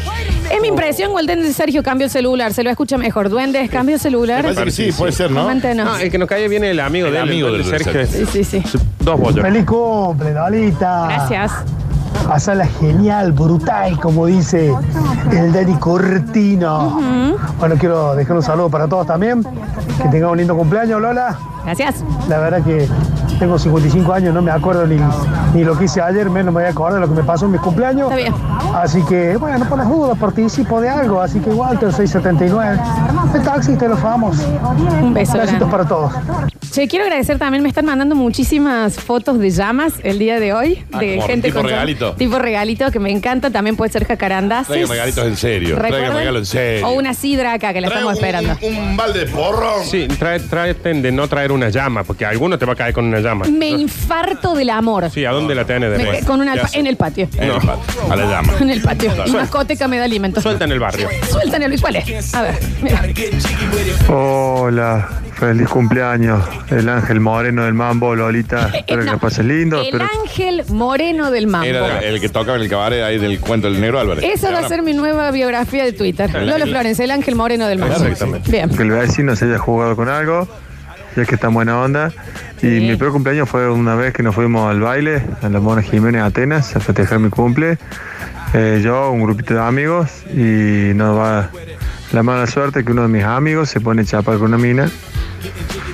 [SPEAKER 1] Es mi impresión, Walden de Sergio, cambio el celular. Se lo escucha mejor. Duendes, cambio el celular.
[SPEAKER 3] Me parece que sí, puede ser, ¿no?
[SPEAKER 1] Coméntenos.
[SPEAKER 18] Ah,
[SPEAKER 3] No, Ah, el que nos cae viene el amigo
[SPEAKER 2] El
[SPEAKER 3] del
[SPEAKER 2] amigo del
[SPEAKER 3] Sergio.
[SPEAKER 2] Sergio.
[SPEAKER 1] Sí, sí, sí.
[SPEAKER 3] Dos bollos.
[SPEAKER 18] Feliz cumple, Lolita.
[SPEAKER 1] Gracias.
[SPEAKER 18] Pasala genial, brutal, como dice el Dani Cortino. Bueno, quiero dejar un saludo para todos también. Que tengan un lindo cumpleaños, Lola.
[SPEAKER 1] Gracias.
[SPEAKER 18] La verdad que tengo 55 años, no me acuerdo ni, ni lo que hice ayer, menos me voy a acordar de lo que me pasó en mis cumpleaños. Así que, bueno, por las dudas, participo de algo. Así que Walter 679. El taxi, te los vamos.
[SPEAKER 1] Un beso
[SPEAKER 18] Besitos
[SPEAKER 1] grande.
[SPEAKER 18] para todos.
[SPEAKER 1] Che, quiero agradecer también, me están mandando muchísimas fotos de llamas el día de hoy.
[SPEAKER 2] Ah,
[SPEAKER 1] de
[SPEAKER 2] como
[SPEAKER 1] gente
[SPEAKER 2] tipo
[SPEAKER 1] con llamas.
[SPEAKER 2] regalito.
[SPEAKER 1] Tipo regalito, que me encanta. También puede ser jacarandás.
[SPEAKER 2] Traigan regalitos en serio. Traigan regalo en serio.
[SPEAKER 1] O una sidra acá, que la
[SPEAKER 2] Trae
[SPEAKER 1] estamos
[SPEAKER 2] un-
[SPEAKER 1] esperando.
[SPEAKER 2] Un balde de porro.
[SPEAKER 3] Sí, trae- traten de no traer una llama, porque alguno te va a caer con una llama.
[SPEAKER 1] Me infarto del amor.
[SPEAKER 3] Sí, ¿a dónde la tenés
[SPEAKER 1] Me-
[SPEAKER 3] de
[SPEAKER 1] con una alpa- en el patio.
[SPEAKER 3] No, a la llama.
[SPEAKER 1] En el patio. Y
[SPEAKER 3] Suelta.
[SPEAKER 1] mascoteca me da alimento.
[SPEAKER 3] Suelta en el barrio.
[SPEAKER 1] Sueltan el ¿Cuál es? A ver, mira.
[SPEAKER 19] Hola, feliz cumpleaños. El ángel moreno del mambo, Lolita. Espero que
[SPEAKER 1] Eh, no.
[SPEAKER 19] la pases lindo.
[SPEAKER 1] El
[SPEAKER 19] espero que-
[SPEAKER 1] ángel moreno del mambo.
[SPEAKER 2] Era el que tocaba en el cabaret ahí del cuento del negro Álvarez.
[SPEAKER 1] Esa va a ser mi nueva biografía de Twitter.
[SPEAKER 19] El
[SPEAKER 1] Lola
[SPEAKER 19] ángel-
[SPEAKER 1] Florencia, el ángel moreno del mambo.
[SPEAKER 19] Exactamente.
[SPEAKER 1] Bien.
[SPEAKER 19] Que el vecino se haya jugado con algo, ya que está en buena onda. Y mi peor cumpleaños fue una vez que nos fuimos al baile, a la Mona Jiménez Atenas, a festejar mi cumple. Eh, yo, un grupito de amigos, y nos va la mala suerte que uno de mis amigos se pone chapa con una mina.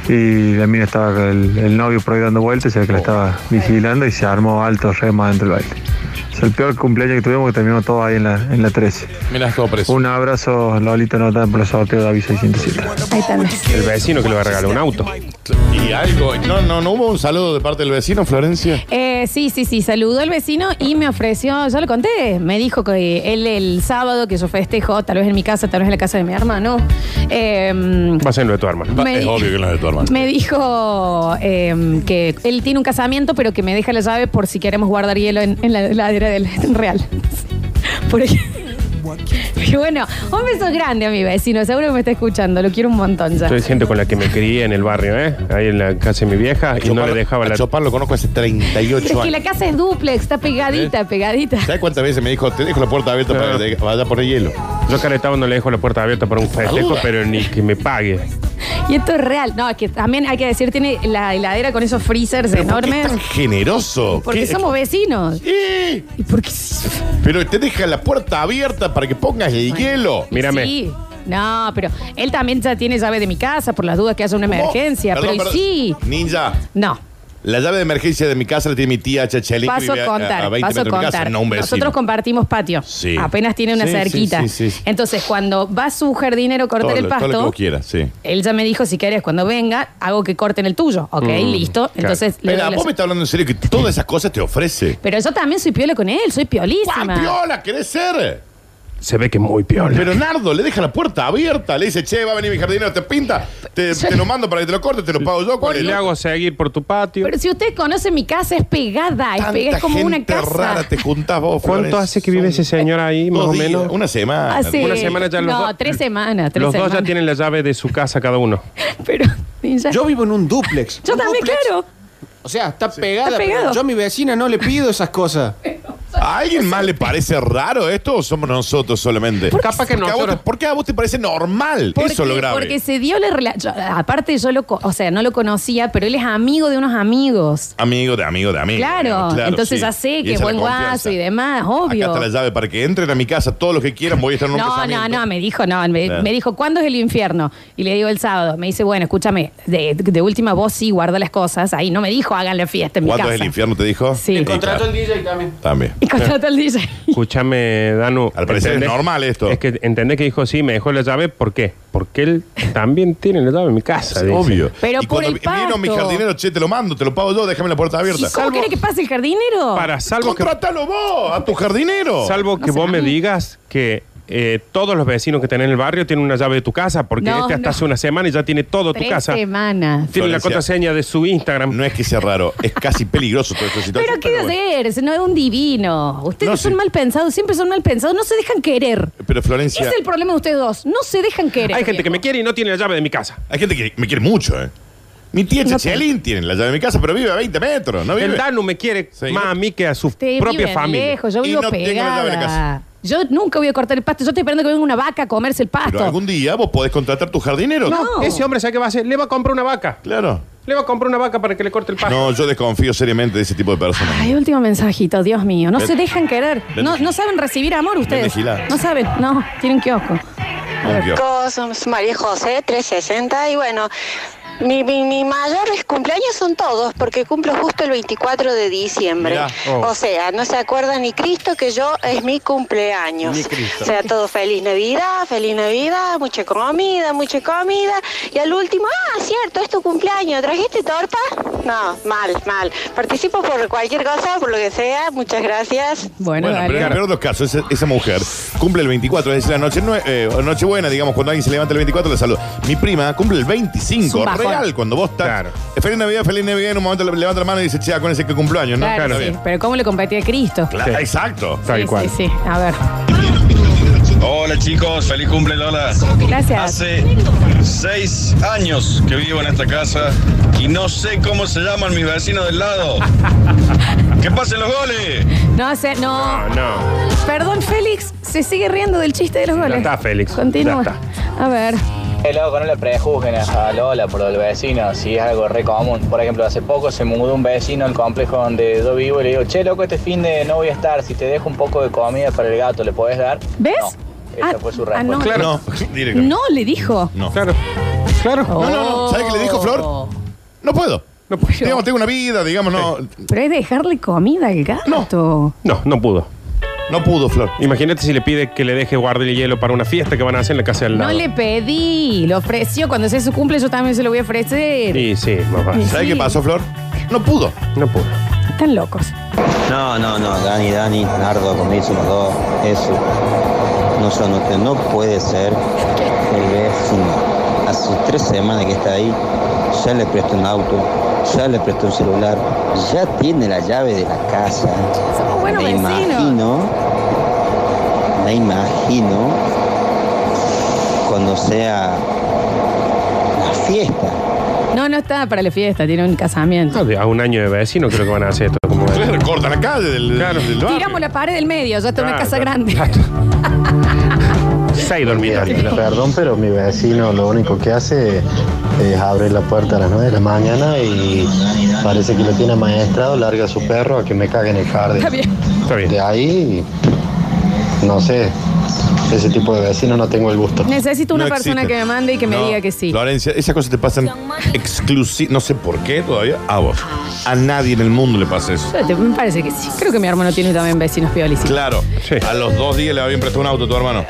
[SPEAKER 19] Y la mina estaba con el, el novio por ahí dando vueltas, ya que la estaba vigilando y se armó alto rema dentro del baile. Es el peor cumpleaños que tuvimos que terminamos todos ahí en la, en la 13.
[SPEAKER 2] Mirá, todo preso.
[SPEAKER 19] Un abrazo, Lolita Nota, por el sorteo de David 607.
[SPEAKER 1] Ahí están.
[SPEAKER 3] El vecino que le va a regalar un auto.
[SPEAKER 2] Y algo. No, no, no hubo un saludo de parte del vecino, Florencia.
[SPEAKER 1] Eh, sí, sí, sí, saludó al vecino y me ofreció, ya lo conté, me dijo que él el sábado que yo festejo, tal vez en mi casa, tal vez en la casa de mi hermano, eh,
[SPEAKER 3] Va a ser lo de tu hermano.
[SPEAKER 1] Me-
[SPEAKER 2] Es obvio que no es de tu hermano.
[SPEAKER 1] me dijo eh, que él tiene un casamiento pero que me deja la llave por si queremos guardar hielo en, en la heladera del real. Por ahí. Y bueno, un beso grande a mi vecino, seguro que me está escuchando, lo quiero un montón ya.
[SPEAKER 3] Soy gente con la que me crié en el barrio, ¿eh? Ahí en la casa de mi vieja y no le dejaba la.
[SPEAKER 2] Chopar lo conozco hace
[SPEAKER 1] Es
[SPEAKER 2] 38
[SPEAKER 1] que la
[SPEAKER 2] años.
[SPEAKER 1] casa es duplex, está pegadita, pegadita.
[SPEAKER 2] ¿Sabes cuántas veces me dijo, te dejo la puerta abierta para que te vaya a poner hielo?
[SPEAKER 3] Yo caretaba no le dejo la puerta abierta para un festejo, pero ni que me pague.
[SPEAKER 1] Y esto es real. No, es que también hay que decir, tiene la heladera con esos freezers enormes.
[SPEAKER 2] Generoso.
[SPEAKER 1] Porque
[SPEAKER 2] ¿Qué?
[SPEAKER 1] somos vecinos.
[SPEAKER 2] ¿Y
[SPEAKER 1] por qué?
[SPEAKER 2] Pero te deja la puerta abierta para que pongas el hielo.
[SPEAKER 1] Sí. No, pero él también ya tiene llave de mi casa por las dudas que haya una
[SPEAKER 2] ¿Cómo?
[SPEAKER 1] emergencia.
[SPEAKER 2] Perdón,
[SPEAKER 1] pero
[SPEAKER 2] perdón.
[SPEAKER 1] sí.
[SPEAKER 2] Ninja.
[SPEAKER 1] No.
[SPEAKER 2] La llave de emergencia de mi casa la tiene mi tía Chachelín. que
[SPEAKER 1] Paso
[SPEAKER 2] vive
[SPEAKER 1] a contar, paso a
[SPEAKER 2] metros de mi casa,
[SPEAKER 1] contar.
[SPEAKER 2] no un vecino.
[SPEAKER 1] Nosotros compartimos patio.
[SPEAKER 2] Sí.
[SPEAKER 1] Apenas tiene una
[SPEAKER 2] Sí, sí,
[SPEAKER 1] cerquita.
[SPEAKER 2] sí, sí, sí.
[SPEAKER 1] Entonces, cuando va su jardinero a cortar
[SPEAKER 2] todo,
[SPEAKER 1] el
[SPEAKER 2] lo- todo lo que
[SPEAKER 1] pasto,
[SPEAKER 2] vos quieras, sí.
[SPEAKER 1] él ya me dijo, si querés, cuando venga, hago que corten el tuyo. Ok,
[SPEAKER 2] Mm,
[SPEAKER 1] listo.
[SPEAKER 2] claro.
[SPEAKER 1] Entonces, le
[SPEAKER 2] Mira,
[SPEAKER 1] doy la-
[SPEAKER 2] vos me estás hablando en serio que todas esas cosas te ofrece.
[SPEAKER 1] Pero yo también soy piola con él, soy piolísima.
[SPEAKER 2] ¡Cuán piola querés ser!
[SPEAKER 3] Se ve que muy piola.
[SPEAKER 2] Pero Nardo le deja la puerta abierta, le dice, che, va a venir mi jardinero, te pinta, te, te lo mando para que te lo corte, te lo pago yo. ¿cuál es?
[SPEAKER 3] Le hago seguir por tu patio.
[SPEAKER 1] Pero si usted conoce mi casa, es pegada, es, pegada, es como una
[SPEAKER 2] Gente
[SPEAKER 1] casa.
[SPEAKER 2] rara, te juntás vos,
[SPEAKER 3] ¿Cuánto hace que vive ese señor ahí, más
[SPEAKER 2] Dos
[SPEAKER 3] o
[SPEAKER 2] días,
[SPEAKER 3] menos?
[SPEAKER 2] Una semana.
[SPEAKER 1] Hace-
[SPEAKER 3] Una semana ya los
[SPEAKER 1] Ah, No,
[SPEAKER 3] dos-
[SPEAKER 1] tres semanas, tres
[SPEAKER 3] Los dos
[SPEAKER 1] semanas.
[SPEAKER 3] ya tienen la llave de su casa cada uno.
[SPEAKER 20] Yo vivo en un duplex.
[SPEAKER 1] Yo también, claro.
[SPEAKER 20] O sea, está pegada,
[SPEAKER 1] Está
[SPEAKER 20] pero
[SPEAKER 1] pegado.
[SPEAKER 20] yo a mi vecina no le pido esas cosas.
[SPEAKER 2] ¿A alguien más le parece raro esto o somos nosotros solamente?
[SPEAKER 3] ¿Por qué? Capaz
[SPEAKER 2] Porque
[SPEAKER 3] que
[SPEAKER 2] a vos te-
[SPEAKER 3] nosotros-
[SPEAKER 2] ¿Por qué a vos te parece normal? Eso es lo grave.
[SPEAKER 1] Porque se dio la relación. Aparte, yo lo, co- o sea, no lo conocía, pero él es amigo de unos amigos.
[SPEAKER 2] Amigo de amigo de amigo.
[SPEAKER 1] claro.
[SPEAKER 2] digamos,
[SPEAKER 1] Entonces
[SPEAKER 2] sí.
[SPEAKER 1] ya sé
[SPEAKER 2] Y
[SPEAKER 1] que
[SPEAKER 2] esa es la
[SPEAKER 1] buen
[SPEAKER 2] confianza.
[SPEAKER 1] guaso y demás, obvio.
[SPEAKER 2] Acá está la llave para que entren a mi casa todos los que quieran. Voy a estar en un
[SPEAKER 1] No, no,
[SPEAKER 2] casamiento.
[SPEAKER 1] no, me dijo, no, me,
[SPEAKER 2] Claro.
[SPEAKER 1] me dijo, ¿cuándo es el infierno? Y le digo el sábado. Me dice, bueno, escúchame, de, de última vos sí guarda las cosas. Ahí no me dijo, hagan la fiesta en mi
[SPEAKER 2] ¿Cuánto
[SPEAKER 1] casa.
[SPEAKER 2] es el infierno? ¿Te dijo? Sí.
[SPEAKER 1] contrato
[SPEAKER 2] el DJ también. También.
[SPEAKER 1] Y contrata al DJ.
[SPEAKER 3] Escúchame, Danu. Al
[SPEAKER 2] parecer es normal
[SPEAKER 3] esto. Es que entendés que dijo, sí, me dejó la llave. ¿Por qué? Porque él también tiene la llave en mi casa. dice.
[SPEAKER 2] Obvio.
[SPEAKER 1] Pero
[SPEAKER 2] y
[SPEAKER 1] por
[SPEAKER 2] cuando
[SPEAKER 1] el
[SPEAKER 2] vi- vino mi
[SPEAKER 1] pasto.
[SPEAKER 2] jardinero, che, te lo mando, te lo pago yo, déjame la puerta
[SPEAKER 1] ¿Y
[SPEAKER 2] abierta.
[SPEAKER 1] cómo cree que pase el jardinero?
[SPEAKER 3] Para, salvo que,
[SPEAKER 2] Contratalo vos, a tu jardinero.
[SPEAKER 3] salvo que vos me digas que eh, todos los vecinos que tenés en el barrio tienen una llave de tu casa. Porque
[SPEAKER 1] No,
[SPEAKER 3] este hasta
[SPEAKER 1] no.
[SPEAKER 3] hace una semana y ya tiene todo tu
[SPEAKER 1] Tres
[SPEAKER 3] casa.
[SPEAKER 1] semanas.
[SPEAKER 3] Tiene la contraseña de su Instagram.
[SPEAKER 2] No es que sea raro, es casi peligroso toda esta situación.
[SPEAKER 1] Pero qué hacer, si no es un divino. Ustedes
[SPEAKER 2] No,
[SPEAKER 1] son
[SPEAKER 2] sí.
[SPEAKER 1] mal pensados, siempre son mal pensados, no se dejan querer.
[SPEAKER 2] Pero Florencia.
[SPEAKER 1] Ese es el problema de ustedes dos, no se dejan querer.
[SPEAKER 3] Hay gente que me quiere y no tiene la llave de mi casa.
[SPEAKER 2] Hay gente que me quiere mucho, ¿eh? Mi tía
[SPEAKER 1] No
[SPEAKER 2] Chechelín tiene la llave de mi casa, pero vive a 20 metros. No vive.
[SPEAKER 3] El Danu me quiere más a mí que a su
[SPEAKER 1] Te
[SPEAKER 3] propia
[SPEAKER 1] viven
[SPEAKER 3] familia.
[SPEAKER 1] lejos, yo vivo
[SPEAKER 2] llave de la
[SPEAKER 1] pegada.
[SPEAKER 2] casa.
[SPEAKER 1] Yo nunca voy a cortar el pasto, yo estoy esperando que venga una vaca a comerse el pasto.
[SPEAKER 2] Pero algún día vos podés contratar tu jardinero.
[SPEAKER 3] No, ese hombre sabe qué va a hacer. Le va a comprar una vaca.
[SPEAKER 2] Claro.
[SPEAKER 3] Le va a comprar una vaca para que le corte el pasto.
[SPEAKER 2] No, yo desconfío seriamente de ese tipo de personas.
[SPEAKER 1] Ay, último mensajito, Dios mío. No
[SPEAKER 2] Ven.
[SPEAKER 1] se dejan querer.
[SPEAKER 2] Ven,
[SPEAKER 1] No,
[SPEAKER 2] Gila.
[SPEAKER 1] no saben recibir amor
[SPEAKER 2] Ven,
[SPEAKER 1] ustedes.
[SPEAKER 2] Gila.
[SPEAKER 1] No saben, no, tienen kiosco.
[SPEAKER 2] Un dios.
[SPEAKER 21] Chicos, somos María José, 360 y bueno, mi, mi, mi mayores cumpleaños son todos porque cumplo justo el 24 de diciembre.
[SPEAKER 22] Mirá. Oh.
[SPEAKER 21] O sea, no se acuerda ni Cristo que yo es mi cumpleaños.
[SPEAKER 22] Ni Cristo.
[SPEAKER 21] O sea, todo feliz Navidad, feliz Navidad, mucha comida, mucha comida y al último, ah, cierto, es tu cumpleaños, ¿trajiste torta? No, mal, mal. Participo por cualquier cosa, por lo que sea, muchas gracias.
[SPEAKER 1] Bueno,
[SPEAKER 2] pero en el peor de los casos, esa, esa mujer cumple el 24, es decir, la noche, nue- eh, Nochebuena, digamos, cuando alguien se levanta el 24, le saluda. Mi prima cumple el 25,
[SPEAKER 1] Es un bajón.
[SPEAKER 2] real, cuando vos estás. eh, Feliz Navidad, feliz Navidad, en un momento le- levanta la mano y dice, che, con ese que cumpleaños, ¿no?
[SPEAKER 1] Claro, sí. Pero ¿cómo le competía a Cristo?
[SPEAKER 2] Claro, exacto.
[SPEAKER 1] Sí, sí, sí. A ver.
[SPEAKER 23] Hola chicos, feliz cumple Lola.
[SPEAKER 1] Gracias.
[SPEAKER 23] Hace seis años que vivo en esta casa y no sé cómo se llaman mis vecinos del lado. ¡Que pasen los goles!
[SPEAKER 1] No, o sea, no.
[SPEAKER 23] no.
[SPEAKER 1] Perdón, Félix, se sigue riendo del chiste de los goles.
[SPEAKER 23] está, Félix.
[SPEAKER 1] Continúa.
[SPEAKER 23] Ya
[SPEAKER 1] A ver.
[SPEAKER 12] Eh, loco, no le prejuzguen a a Lola por los vecinos, si es algo re común. Por ejemplo, hace poco se mudó un vecino al complejo donde yo vivo y le digo, che, loco, este fin de no voy a estar, si te dejo un poco de comida para el gato, ¿le podés dar?
[SPEAKER 1] ¿Ves?
[SPEAKER 12] Esa
[SPEAKER 1] Ah,
[SPEAKER 12] fue su
[SPEAKER 1] ah,
[SPEAKER 12] respuesta.
[SPEAKER 1] no. Claro.
[SPEAKER 2] Directamente.
[SPEAKER 1] No, le dijo.
[SPEAKER 2] No.
[SPEAKER 3] Claro. Claro.
[SPEAKER 1] Oh.
[SPEAKER 2] No, no, no. ¿Sabes qué le dijo Flor? No puedo.
[SPEAKER 3] No puedo.
[SPEAKER 2] Digamos, tengo una vida, digamos, no.
[SPEAKER 1] Pero es dejarle comida al gato.
[SPEAKER 3] No, no pudo.
[SPEAKER 2] No pudo, Flor.
[SPEAKER 3] Imagínate si le pide que le deje guardar el hielo para una fiesta que van a hacer en la casa del
[SPEAKER 1] No,
[SPEAKER 3] lado.
[SPEAKER 1] le pedí. Lo ofreció. Cuando sea su cumple, yo también se lo voy a ofrecer.
[SPEAKER 3] Sí, sí, mamá.
[SPEAKER 1] Y ¿Sabe sí. qué pasó,
[SPEAKER 2] Flor? No pudo.
[SPEAKER 3] No pudo.
[SPEAKER 1] Están locos.
[SPEAKER 24] No, no, no, Dani, Dani, Nardo, como dicen los dos, eso. No son ustedes, no puede ser el vecino. Hace tres semanas que está ahí, ya le prestó un auto, ya le prestó un celular, ya tiene la llave de la casa.
[SPEAKER 1] Somos buenos
[SPEAKER 24] me
[SPEAKER 1] vecinos.
[SPEAKER 24] imagino, me imagino cuando sea la fiesta.
[SPEAKER 1] No, no está para la fiesta. Tiene un casamiento.
[SPEAKER 2] Ah,
[SPEAKER 3] No, de- A un año de vecino creo que van a hacer esto. Como
[SPEAKER 2] claro, cortan la calle del, del barrio.
[SPEAKER 1] Tiramos la pared del medio. Ya está una
[SPEAKER 3] Ah,
[SPEAKER 1] casa
[SPEAKER 3] ya.
[SPEAKER 1] grande.
[SPEAKER 3] Seis dormitorios.
[SPEAKER 25] Perdón, pero mi vecino lo único que hace es abrir la puerta a las 9 de la mañana y parece que lo tiene amaestrado, larga a su perro a que me cague en el jardín.
[SPEAKER 1] Está bien.
[SPEAKER 25] De ahí, no sé, ese tipo de pues, vecino no tengo el gusto.
[SPEAKER 1] Necesito una
[SPEAKER 2] No
[SPEAKER 1] persona
[SPEAKER 2] existe.
[SPEAKER 1] que me mande y que me
[SPEAKER 2] No,
[SPEAKER 1] diga que sí.
[SPEAKER 2] Florencia, esas cosas te pasan exclusivo, no sé por qué todavía, a vos. A nadie en el mundo le pasa eso.
[SPEAKER 1] Yo te- Me parece que sí. Creo que mi hermano tiene también vecinos piolicitos.
[SPEAKER 2] Claro. A los dos días le habían prestado un auto a tu hermano.